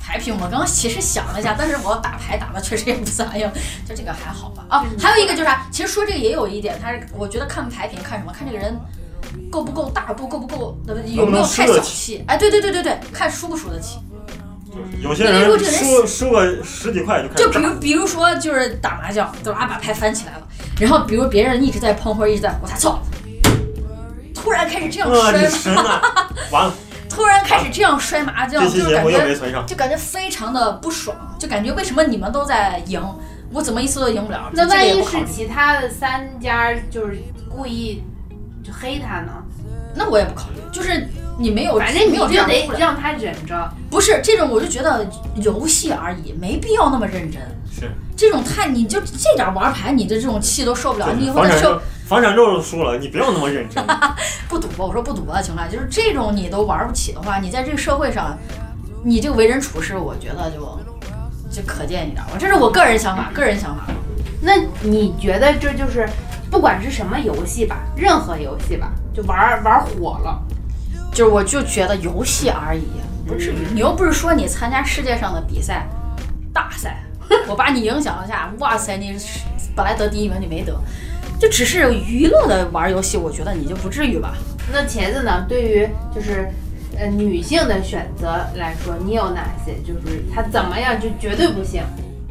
Speaker 4: 牌品，我刚刚其实想了一下，但是我打牌打的确实也不咋样， *laughs* 就这个还好吧。
Speaker 2: 嗯
Speaker 4: 啊，还有一个就是啥，其实说这个也有一点，他是我觉得看牌品看什么，看这个人够不够大度，够不够呃有没有太小气。哎，对对对对对，看输不输得起。
Speaker 2: 有些
Speaker 4: 因为如果
Speaker 2: 人
Speaker 4: 这个人
Speaker 2: 输输个十几块就开
Speaker 4: 就
Speaker 2: 始
Speaker 4: 比
Speaker 2: 炸，
Speaker 4: 如比如说就是打麻将，对吧？啊把牌翻起来了，然后比如别人一直在碰或者一直在我操，突然开始这样
Speaker 2: 啊，
Speaker 4: 摔
Speaker 2: 你，神
Speaker 4: *laughs*
Speaker 2: 呐！完了，
Speaker 4: 突然开始这样摔麻将，
Speaker 2: 这期
Speaker 4: 就
Speaker 2: 节
Speaker 4: 感
Speaker 2: 目又
Speaker 4: 觉
Speaker 2: 没存上。
Speaker 4: 就感觉非常的不爽，就感觉为什么你们都在赢，我怎么一次都赢不了？
Speaker 3: 那
Speaker 4: 这
Speaker 3: 万
Speaker 4: 个也
Speaker 3: 一
Speaker 4: 不考
Speaker 3: 是
Speaker 4: 虑，
Speaker 3: 其他的三家就是故意就黑他呢？
Speaker 4: 那我也不考虑，就是你没有，
Speaker 3: 反正
Speaker 4: 没
Speaker 3: 你
Speaker 4: 有
Speaker 3: 就
Speaker 4: 这样
Speaker 3: 得
Speaker 4: 出来
Speaker 3: 让他忍着。
Speaker 4: 不是这种，我就觉得游戏而已，没必要那么认真。
Speaker 2: 是，
Speaker 4: 这种太你就这点玩牌，你的这种气都受不了，你以后
Speaker 2: 房
Speaker 4: 再
Speaker 2: 产
Speaker 4: 受
Speaker 2: 证，房产证都输了，你不要那么认真。
Speaker 4: 不赌博，我说不赌博的情况下，就是这种你都玩不起的话，你在这个社会上，你这个为人处事，我觉得就就可见一点。我这是我个人想法，个人想法。
Speaker 3: 那你觉得这就是，不管是什么游戏吧，任何游戏吧，就玩儿玩儿火了，
Speaker 4: 就是我就觉得游戏而已，不至于。你又不是说你参加世界上的比赛、大赛， *laughs* 我把你影响了一下，哇塞，你是本来得第一名你没得，就只是娱乐的玩游戏，我觉得你就不至于吧。
Speaker 3: 那茄子呢？对于就是，呃，女性的选择来说，你有哪些？就是她怎么样就绝对不行。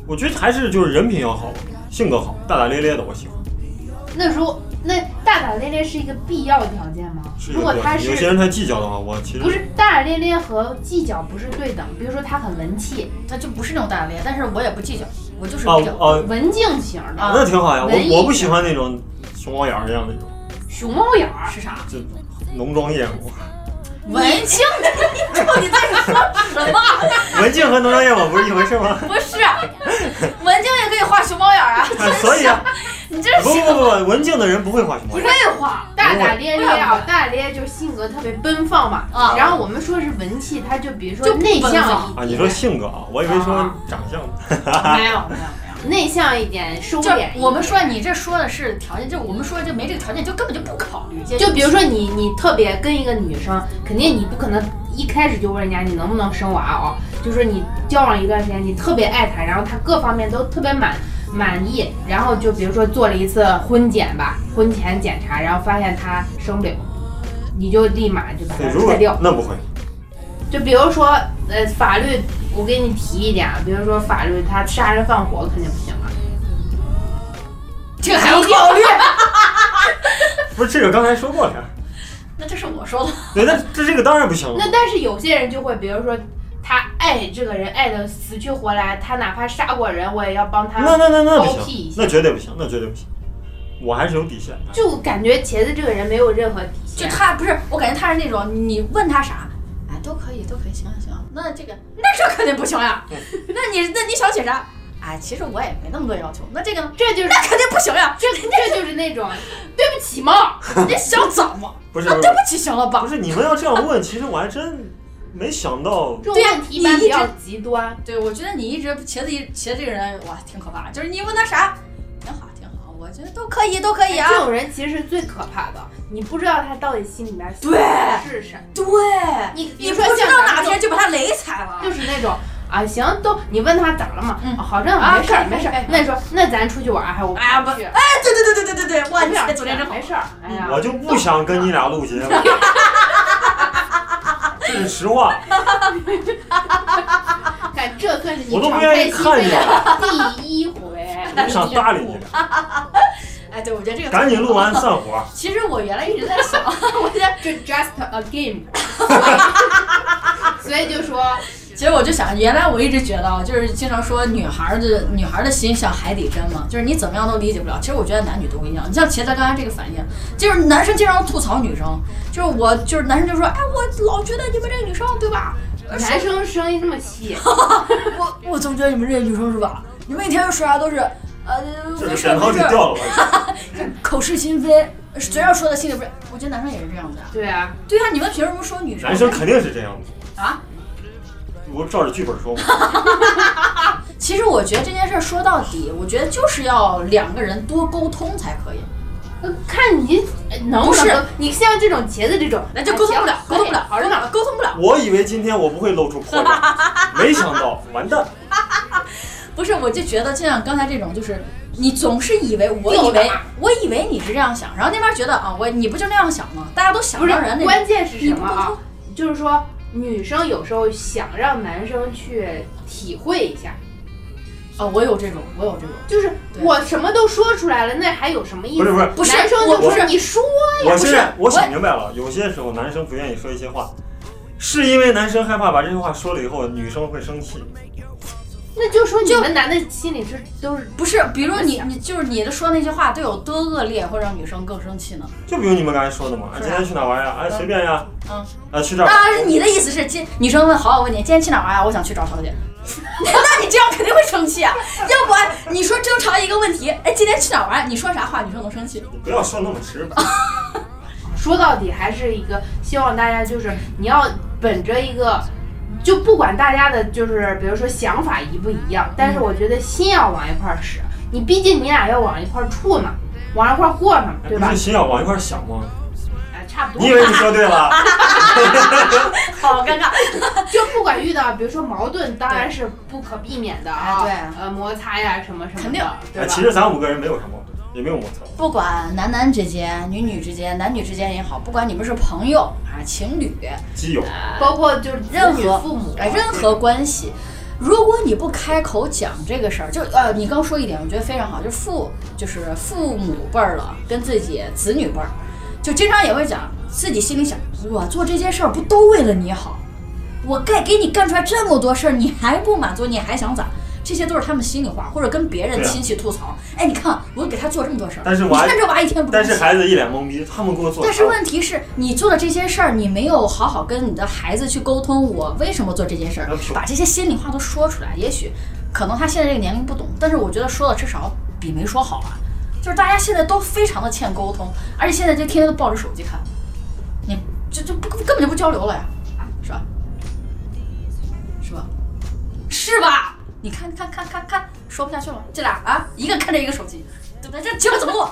Speaker 2: 我觉得还是就是人品要好，性格好，大大咧咧的我喜欢。
Speaker 3: 那如果那大大咧咧是一个必要条件吗？
Speaker 2: 是有
Speaker 3: 如果
Speaker 2: 点
Speaker 3: 她
Speaker 2: 有些
Speaker 3: 是
Speaker 2: 人太计较的话，我其
Speaker 3: 不
Speaker 2: 实
Speaker 3: 是大大咧咧和计较不是对等？比如说她很文气，
Speaker 4: 他就不是那种大大咧咧，但是我也不计较，我就是
Speaker 2: 啊
Speaker 4: 比较
Speaker 2: 啊，
Speaker 3: 文静型的，
Speaker 4: 啊
Speaker 2: 那挺好呀。
Speaker 3: 文艺
Speaker 2: 我我不喜欢那种熊猫眼儿一样那种，
Speaker 3: 熊猫眼儿。
Speaker 4: 是啥
Speaker 2: 就浓妆艳抹。
Speaker 4: 文青，你到底在说什么？
Speaker 2: 文静和浓妆艳抹不是一回事吗？
Speaker 4: 不是，文青也可以画熊猫眼儿啊！
Speaker 2: 啊所以啊，
Speaker 4: *laughs* 你这
Speaker 2: 不
Speaker 4: 是
Speaker 2: 不不不，文静的人不会画熊猫眼儿。
Speaker 3: 废话，大大咧咧啊，大大咧咧就是性格特别奔放嘛。
Speaker 4: 啊
Speaker 3: 然后我们说是文气，她就比如说
Speaker 4: 就不
Speaker 3: 内
Speaker 4: 奔放
Speaker 3: 向一
Speaker 2: 啊，你说性格啊，我以为说长相。
Speaker 4: 没有没有没有。
Speaker 3: 内向一点，收
Speaker 4: 就
Speaker 3: 敛一点。
Speaker 4: 我们说你这说的是条件，就我们说就没这个条件，就根本就不考虑。
Speaker 3: 就比如说你，你特别跟一个女生，肯定你不可能一开始就问人家你能不能生娃哦，就说你交往一段时间，你特别爱她，然后她各方面都特别满满意，然后就比如说做了一次婚检吧，婚前检查，然后发现她生瘤，你就立马就把
Speaker 2: 对，
Speaker 3: 她
Speaker 2: 如果
Speaker 3: 拆掉。
Speaker 2: 那不会，
Speaker 3: 就比如说，呃，法律，我给你提一点啊，比如说法律，他杀人放火肯定不行啊了，
Speaker 4: 这个还要考虑？
Speaker 2: 不是这个刚才说过了呀。
Speaker 4: 那这是我说的，
Speaker 2: 对，那这这个当然不行了
Speaker 3: 那。但是有些人就会，比如说他爱这个人爱的死去活来，他哪怕杀过人，我也要帮他
Speaker 2: 那那那那不
Speaker 3: 包庇一
Speaker 2: 行
Speaker 3: 下，
Speaker 2: 那绝对不行，那绝对不行。我还是有底线的。
Speaker 3: 就感觉茄子这个人没有任何底
Speaker 4: 就
Speaker 3: 线。
Speaker 4: 他不是，我感觉他是那种你问他啥，哎，都可以，都可以，行行行，那这个那这肯定不行呀，那你那你想写啥？哎，其实我也没那么多要求，那这个呢
Speaker 3: 这就是
Speaker 4: 那肯定不行呀，
Speaker 3: 这这就是那种对不起嘛，
Speaker 4: 你想怎么？
Speaker 2: 不是
Speaker 4: 啊，
Speaker 2: 不
Speaker 4: 对
Speaker 2: 是
Speaker 4: 不起，行了
Speaker 2: 不
Speaker 4: 吧？
Speaker 2: 是，你们要这样问，其实我还真没想到。
Speaker 3: 这种
Speaker 4: 对呀啊
Speaker 3: 问题一般
Speaker 4: 你
Speaker 3: 比
Speaker 4: 一直
Speaker 3: 较极端。
Speaker 4: 对，我觉得你一直茄子一茄子这个人哇，挺可怕，就是你问他啥，挺好挺好，我觉得都可以都可以啊
Speaker 3: 这。种人其实是最可怕的，你不知道他到底心里面
Speaker 4: 对
Speaker 3: 是什么。
Speaker 4: 对，
Speaker 3: 你比
Speaker 4: 你
Speaker 3: 如
Speaker 4: 不
Speaker 3: 说
Speaker 4: 知
Speaker 3: 像
Speaker 4: 道
Speaker 3: 咱
Speaker 4: 哪
Speaker 3: 们
Speaker 4: 天就把他雷踩了
Speaker 3: 就。是那种啊，行，都你问他咋了嘛？
Speaker 4: 嗯
Speaker 3: 啊好着呢，
Speaker 4: 啊
Speaker 3: 没事儿，
Speaker 4: 可以
Speaker 3: 没事
Speaker 4: 可以可
Speaker 3: 儿。
Speaker 4: 以
Speaker 3: 那你说，那咱出去玩儿，还啊我
Speaker 4: 哎呀不
Speaker 3: 去，
Speaker 4: 哎，对对对对对对对，哇，
Speaker 3: 我
Speaker 4: 你
Speaker 3: 不想
Speaker 4: 这
Speaker 3: 去
Speaker 4: 昨天真好
Speaker 3: 没。事儿，哎呀，
Speaker 2: 我就不想跟你俩录节目，这是实话。
Speaker 3: *laughs* 看这算是你
Speaker 2: 我都
Speaker 3: 敞
Speaker 2: 不
Speaker 3: 开
Speaker 2: 愿意
Speaker 3: 心扉
Speaker 2: 看见
Speaker 3: 的第一回。
Speaker 2: 我不想搭理你，
Speaker 4: 哎，对，我觉得这个
Speaker 2: 赶紧录完散伙。
Speaker 4: 其实我原来一直在想，我觉得，
Speaker 3: 这 just a *laughs* game，所以就说
Speaker 4: 其实我就想，原来我一直觉得，啊，就是经常说女孩儿的女孩儿的心像海底针嘛，就是你怎么样都理解不了。其实我觉得男女都一样。你像茄子刚才这个反应，就是男生经常吐槽女生，就是我就是男生就说，哎，我老觉得你们这个女生对吧？
Speaker 3: 男生声音这么细，
Speaker 4: 我我总觉得你们这些女生是吧？你们一天说啥都是，呃，
Speaker 2: 这
Speaker 4: 没
Speaker 2: 是
Speaker 4: 事儿
Speaker 2: 枕头
Speaker 4: 没
Speaker 2: 就
Speaker 4: 事儿，
Speaker 2: 掉了吧，
Speaker 4: 口是心非，谁要说的心里不是？我觉得男生也是这样的呀。
Speaker 3: 对啊，
Speaker 4: 对啊，你们凭什么说女生？
Speaker 2: 男生肯定是这样子。
Speaker 4: 啊？
Speaker 2: 我照着剧本说嘛，
Speaker 4: 其实我觉得这件事儿说到底，我觉得就是要两个人多沟通才可以。
Speaker 3: 看你呃能
Speaker 4: 不
Speaker 3: 不
Speaker 4: 是
Speaker 3: 能，你像这种茄子这种，
Speaker 4: 那就沟通不了
Speaker 3: 哎，
Speaker 4: 沟通不了，
Speaker 3: 好着呢。
Speaker 4: 沟通不了。
Speaker 2: 我以为今天我不会露出破绽，没想到完蛋。
Speaker 4: 不是，我就觉得就像刚才这种，就是你总是以为，我以
Speaker 3: 吊
Speaker 4: 为
Speaker 3: 打，
Speaker 4: 我以为你是这样想，然后那边觉得啊，我你不就那样想吗？大家都想
Speaker 3: 不是
Speaker 4: 让人，那
Speaker 3: 关键是
Speaker 4: 你
Speaker 3: 什
Speaker 4: 不
Speaker 3: 么
Speaker 4: 沟
Speaker 3: 啊
Speaker 4: 通？，
Speaker 3: 就是说，女生有时候想让男生去体会一下，
Speaker 4: 啊，我有这种，我有这种。
Speaker 3: 就是
Speaker 4: 对
Speaker 3: 我什么都说出来了，那还有什么意
Speaker 2: 不是
Speaker 3: 思？
Speaker 2: 不是
Speaker 4: 不是
Speaker 3: 男生
Speaker 4: 我
Speaker 3: 就
Speaker 4: 不是
Speaker 3: 你说
Speaker 2: 我现在
Speaker 4: 哎不
Speaker 2: 我
Speaker 4: 是
Speaker 2: 想明白了，有些时候男生不愿意说一些话，是因为男生害怕把这些话说了以后女生会生气。
Speaker 3: 那就说你们男的心里是都是
Speaker 4: 不是，比如你
Speaker 3: 我
Speaker 4: 你就是你的说那些话都有多恶劣，会让女生更生气呢？
Speaker 2: 就比如你们刚才说的嘛，哎，
Speaker 4: 是啊
Speaker 2: 今天去哪玩呀？哎，
Speaker 4: 嗯
Speaker 2: 随便呀。
Speaker 4: 嗯。
Speaker 2: 啊，去这儿吧。
Speaker 4: 啊，你的意思是今女生问好，我问你今天去哪儿玩啊呀？我想去找小姐。 *laughs* 那你这样肯定会生气啊！要不然你说正常一个问题，哎，今天去哪儿玩？你说啥话女生能生气？
Speaker 2: 你不要说那么直白。
Speaker 4: 哦
Speaker 3: 说到底还是一个希望大家就是你要本着一个，就不管大家的就是比如说想法一不一样，但是
Speaker 4: 嗯
Speaker 3: 我觉得心要往一块儿使，你毕竟你俩要往一块儿处嘛，往一块儿过嘛，
Speaker 2: 哎
Speaker 3: 对
Speaker 2: 不
Speaker 3: 吧
Speaker 4: 嗯
Speaker 2: 是？心要往一块儿想吗？
Speaker 3: 哎，差不多
Speaker 2: 你以。为你说对
Speaker 4: *laughs*
Speaker 2: 了？
Speaker 4: 好尴尬。
Speaker 3: 就不管遇到比如说矛盾，当然是不可避免的啊，
Speaker 4: 哎对
Speaker 3: 呃，摩擦呀什么什么的，
Speaker 4: 肯定
Speaker 3: 对
Speaker 2: 哎，
Speaker 3: 吧？
Speaker 2: 其实咱五个人没有什么，也没有摩擦。
Speaker 4: 不管男男之间、女女之间、男女之间也好，不管你们是朋友啊、情侣，
Speaker 2: 基友，
Speaker 3: 包括就是子
Speaker 4: 任
Speaker 3: 女
Speaker 4: 何
Speaker 3: 父母
Speaker 4: 哎，任何关系，如果你不开口讲这个事儿，就呃，你刚说一点，我觉得非常好，就是父就是父母辈儿了，跟自己子女辈儿，就经常也会讲自己心里想，我做这些事儿不都为了你好，我该给你干出来这么多事儿，你还不满足，你还想咋？这些都是他们心里话，或者跟别人
Speaker 2: 对啊
Speaker 4: 亲戚吐槽。哎，你看我给他做这么多事儿，
Speaker 2: 但是
Speaker 4: 你
Speaker 2: 我还
Speaker 4: 看这娃一天不
Speaker 2: 但
Speaker 4: 珍
Speaker 2: 是
Speaker 4: 惜。
Speaker 2: 孩子一脸懵逼，他们给我做啥？
Speaker 4: 嗯但是问题是你做的这些事儿，你没有好好跟你的孩子去沟通，我为什么做这件事儿
Speaker 2: 那是，
Speaker 4: 把这些心里话都说出来。也许可能他现在这个年龄不懂，但是我觉得说了至少比没说好啊。就是大家现在都非常的欠沟通，而且现在就天天都抱着手机看，你就就不根本就不交流了呀，是吧？是吧？是吧？你看看看看看，说不下去了，这俩啊，一个看着一个手机，对不对？这节目怎么录？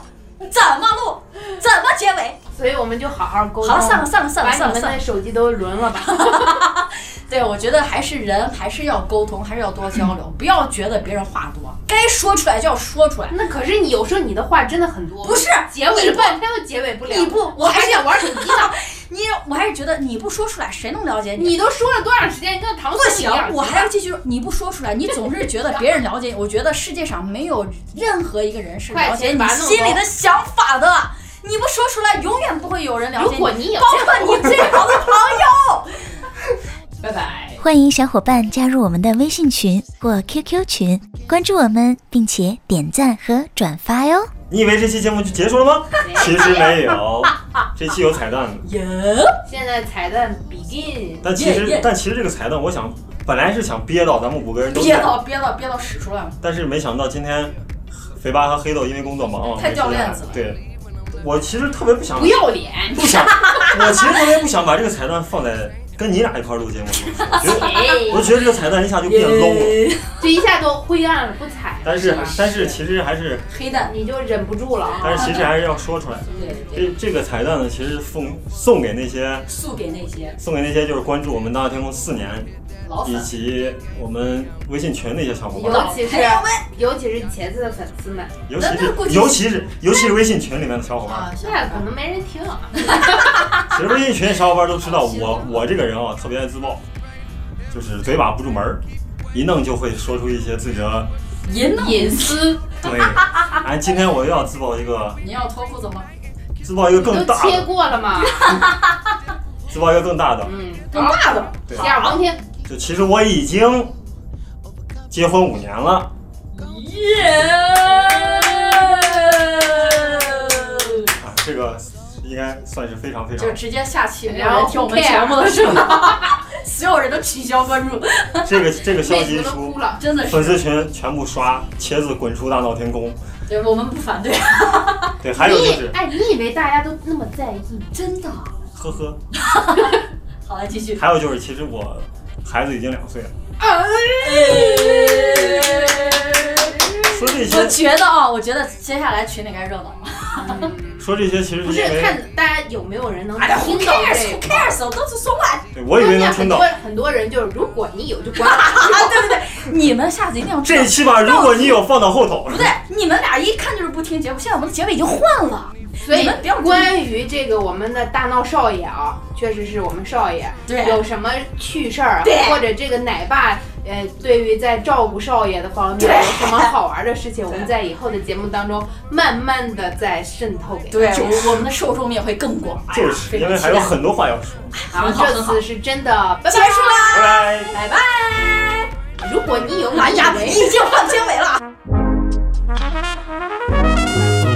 Speaker 4: 怎么录？怎么结尾？
Speaker 3: 所以我们就好好沟通。
Speaker 4: 好了，算了，算了，算了，
Speaker 3: 把
Speaker 4: 算了，
Speaker 3: 你们
Speaker 4: 算
Speaker 3: 的
Speaker 4: 了。
Speaker 3: 手机都轮了吧。
Speaker 4: 对，我觉得还是人还是要沟通，还是要多交流，不要觉得别人话多，该说出来就要说出来。
Speaker 3: 那可是你有时候你的话真的很多，
Speaker 4: 不是
Speaker 3: *laughs* 结尾了半天都结尾不了。
Speaker 4: 你不，我
Speaker 3: 我还
Speaker 4: 还是
Speaker 3: 想玩手机呢。
Speaker 4: *laughs* 你，我还是觉得你不说出来，谁能了解你？
Speaker 3: 你都说了多长时间，跟唐
Speaker 4: 不
Speaker 3: 僧一
Speaker 4: 行
Speaker 3: 样。，
Speaker 4: 我还要继续。你不说出来，你总是觉得别人了解你。我觉得世界上没有任何一个人是
Speaker 3: 快
Speaker 4: 了解
Speaker 3: 先
Speaker 4: 你
Speaker 3: 把它弄
Speaker 4: 心里
Speaker 3: 走
Speaker 4: 的想法的。你不说出来，永远不会有人了
Speaker 3: 如
Speaker 4: 解
Speaker 3: 果
Speaker 4: 你，
Speaker 3: 你有
Speaker 4: 包，括你最好的朋友。
Speaker 3: 拜拜。
Speaker 5: 欢迎小伙伴加入我们的微信群或 QQ 群，关注我们，并且点赞和转发哟。
Speaker 2: 你以为这期节目就结束了吗？其实
Speaker 4: *laughs*
Speaker 2: 没有，这期有彩蛋的。
Speaker 4: 耶，
Speaker 3: 现在彩蛋 begin，
Speaker 2: 但其
Speaker 4: 耶耶
Speaker 2: 实，但其实这个彩蛋，我想本来是想憋到咱们五个人都
Speaker 4: 憋
Speaker 2: 在，
Speaker 4: 到憋到憋到屎出来了，
Speaker 2: 但是没想到今天肥八和黑豆因为工作忙啊，
Speaker 4: 太
Speaker 2: 没时
Speaker 4: 掉
Speaker 2: 间
Speaker 4: 链子了
Speaker 2: 对，我其实特别不想，
Speaker 3: 不
Speaker 4: *laughs*
Speaker 3: 要脸，
Speaker 2: 不想，我其实特别不想把这个彩蛋放在跟你俩一块儿录节目里，我觉得，我
Speaker 3: 哎，
Speaker 2: 觉得这个彩蛋一下就变 low 了。
Speaker 4: 耶
Speaker 3: 这一下都灰暗了，不彩了，
Speaker 2: 但是
Speaker 3: 吧，
Speaker 2: 但是其实还是，
Speaker 4: *laughs* 黑蛋，
Speaker 3: 你就忍不住了
Speaker 2: 但
Speaker 3: 啊！
Speaker 2: 是其实还是要说出来。
Speaker 4: 对对对，
Speaker 2: 这这个彩蛋呢，其实送送给那些
Speaker 4: 送给那些
Speaker 2: 送给那些就是关注我们大闹天宫四年
Speaker 4: 老粉
Speaker 2: 以。及我们微信群的一些小伙伴。
Speaker 3: 尤其是
Speaker 4: 朋友们
Speaker 3: 尤其是茄子的粉丝们，
Speaker 2: 尤其
Speaker 4: 那那过
Speaker 2: 是
Speaker 4: 去
Speaker 2: 尤其是尤其是微信群里面的小伙伴，
Speaker 4: 啊，现
Speaker 3: 哎那可能没人听啊。
Speaker 2: 其实微信群里小伙伴都知道我我这个人啊特别爱自爆，就是嘴把不住门儿，一弄就会说出一些自己的
Speaker 4: 银呢？
Speaker 3: 隐私
Speaker 2: 对。
Speaker 3: *laughs*
Speaker 2: 哎，今天我又要自爆一个，
Speaker 4: 你要脱裤子吗？
Speaker 2: 自爆一个
Speaker 3: 都
Speaker 2: 更大
Speaker 3: 切
Speaker 2: 的，
Speaker 3: 过
Speaker 4: *laughs*
Speaker 3: 了嘛，
Speaker 2: 自爆一个更大的。
Speaker 3: 嗯，
Speaker 4: 更大的，
Speaker 2: 对
Speaker 3: 洗，耳恭听，
Speaker 2: 就其实我已经结婚五年了，
Speaker 4: 耶！
Speaker 2: 啊，这个应该算是非常非常
Speaker 4: 就直接下期没有
Speaker 3: 然后
Speaker 4: 人听我们节目的时候， *laughs* 所有人都取消关注，
Speaker 2: 这个这
Speaker 3: *laughs*
Speaker 2: 个消
Speaker 3: 妹
Speaker 2: 息一
Speaker 3: 子都
Speaker 2: 出
Speaker 3: 哭，了。
Speaker 4: 真的
Speaker 2: 粉
Speaker 4: 是，
Speaker 2: 丝群全部刷茄子滚出大闹天宫。
Speaker 4: 对，我们不反对，
Speaker 2: 对，还有就
Speaker 3: 你
Speaker 2: 是
Speaker 3: 哎，你以为大家都那么在意吗？
Speaker 4: 真的。啊
Speaker 2: 呵呵。
Speaker 4: 好了，继续。
Speaker 2: 还有就是，其实我孩子已经两岁了，说这
Speaker 4: 我
Speaker 3: *laughs*
Speaker 2: 些
Speaker 4: 觉得啊，我觉得接下来群里该热闹了。
Speaker 2: 说这些，其实
Speaker 3: 不
Speaker 2: 是
Speaker 3: 是
Speaker 2: 因为
Speaker 3: 看大家有没有人能
Speaker 4: 哎呀，Who
Speaker 3: 听到这
Speaker 4: cares？Who
Speaker 3: 个。
Speaker 4: cares？我都是说完。
Speaker 2: 对我以为能听到
Speaker 3: 关键很多很多人就是，如果你有就关
Speaker 4: *laughs*
Speaker 3: 了。
Speaker 4: 啊，对不对？你们下次一定要知
Speaker 2: 这
Speaker 4: 道
Speaker 2: 一。期吧。如果你有放到后头
Speaker 4: 不，对，你们俩一看就是不听节目。现在我们的结尾已经换了，
Speaker 3: 所
Speaker 4: 你
Speaker 3: 以
Speaker 4: 们不要注意
Speaker 3: 关于这个我们的大闹少爷啊，确实是我们少爷
Speaker 4: 对
Speaker 3: 有什么趣事儿啊
Speaker 4: 对，
Speaker 3: 或者这个奶爸呃，对于在照顾少爷的方面有什么好玩的事情，
Speaker 4: *laughs*
Speaker 3: 我们在以后的节目当中慢慢的再渗透给
Speaker 4: 对，我我们的受众面会更广。哎呀
Speaker 2: 就是因为还有很多话要
Speaker 4: 啊
Speaker 2: 说。
Speaker 3: 然后
Speaker 4: 很好
Speaker 3: 这次是真的，拜
Speaker 4: 结
Speaker 3: 拜。
Speaker 4: 束啦，
Speaker 2: 拜拜。
Speaker 4: 拜拜。
Speaker 3: 如果你有
Speaker 4: 哎
Speaker 3: 你
Speaker 4: 呀，
Speaker 3: 以为
Speaker 4: 已经换结尾了。
Speaker 6: Wow,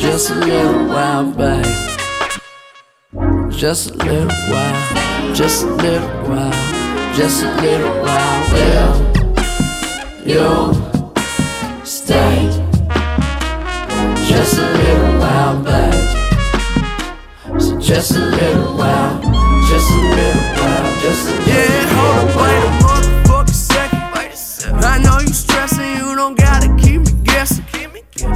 Speaker 6: Just a little while, babe. Just a little while. Just a little while. Just a little while. Will you stay? Just a little while, babe. So just a little while. Just a little while. Just a little
Speaker 7: Yeah, hold up, wait a motherfucking second. Wait a second. I know you stressing, you don't gotta keep me guessing.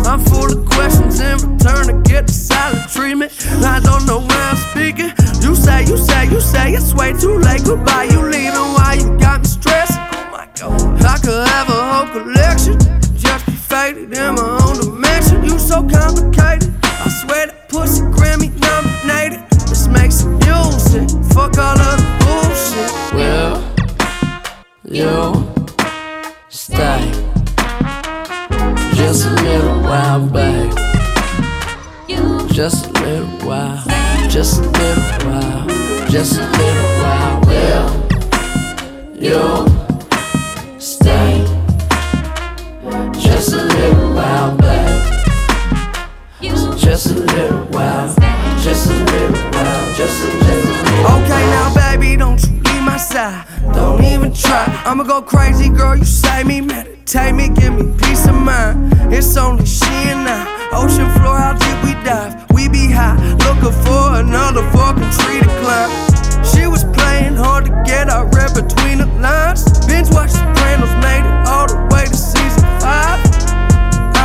Speaker 7: I'm full of questions in return to get the silent treatment. I don't know why I'm speaking. You say, you say, you say it's way too late. Goodbye, you leaving. Why you got me stressing? Oh my god. I could have a whole collection. Just be faded in my own dimension. You so complicated. I swear that pussy Grammy nominated. Let's make some music. Fuck all of the bullshit.
Speaker 6: Will you stay? Just a little while, babe. Just a little while. Just a little while. Just a little while. Will you stay? Just a little while, babe. Just a little while. Just a little while. Just a little while.
Speaker 7: Okay, now baby, don't you leave my side. Don't even try. I'ma go crazy, girl. You save me, meditate me, give me peace of mind. It's only she and I. Ocean floor, how deep we dive? We be high, looking for another fucking tree to climb. She was playing hard to get. I read between the lines. Binge watch Sopranos, made it all the way to season five.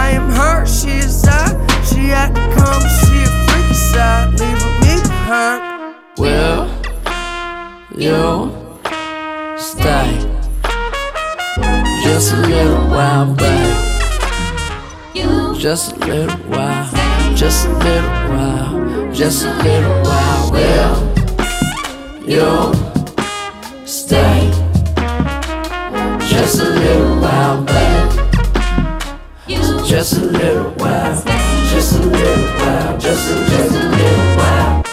Speaker 7: I am her, she is I. She had to come, she a freaky side, leaving me behind.
Speaker 6: Will you stay? Just a little while, babe. Just a little while.
Speaker 7: Just a little while, just a little while. Will you stay? Just a little while, babe. Just a little while, just a little while, just a, just a little while.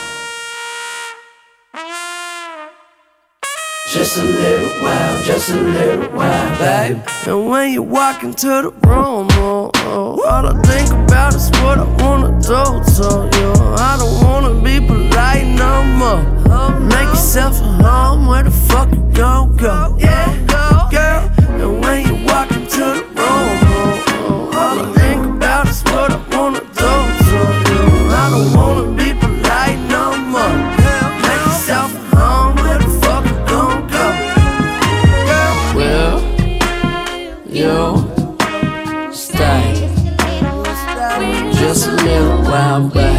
Speaker 7: Just a little while, just a little while, babe. And when you walk into the room, oh, oh, all I think about is what I wanna do to you. I don't wanna be polite no more. Make yourself at home, where the fuck you gon' go? Yeah, girl. And when you walk into the room, oh, oh, all I think about is what I wanna do to you. I don't wanna be polite no more. Make yourself at home, where the fuck you gon' go? Girl, will you stay? Just a little while, babe.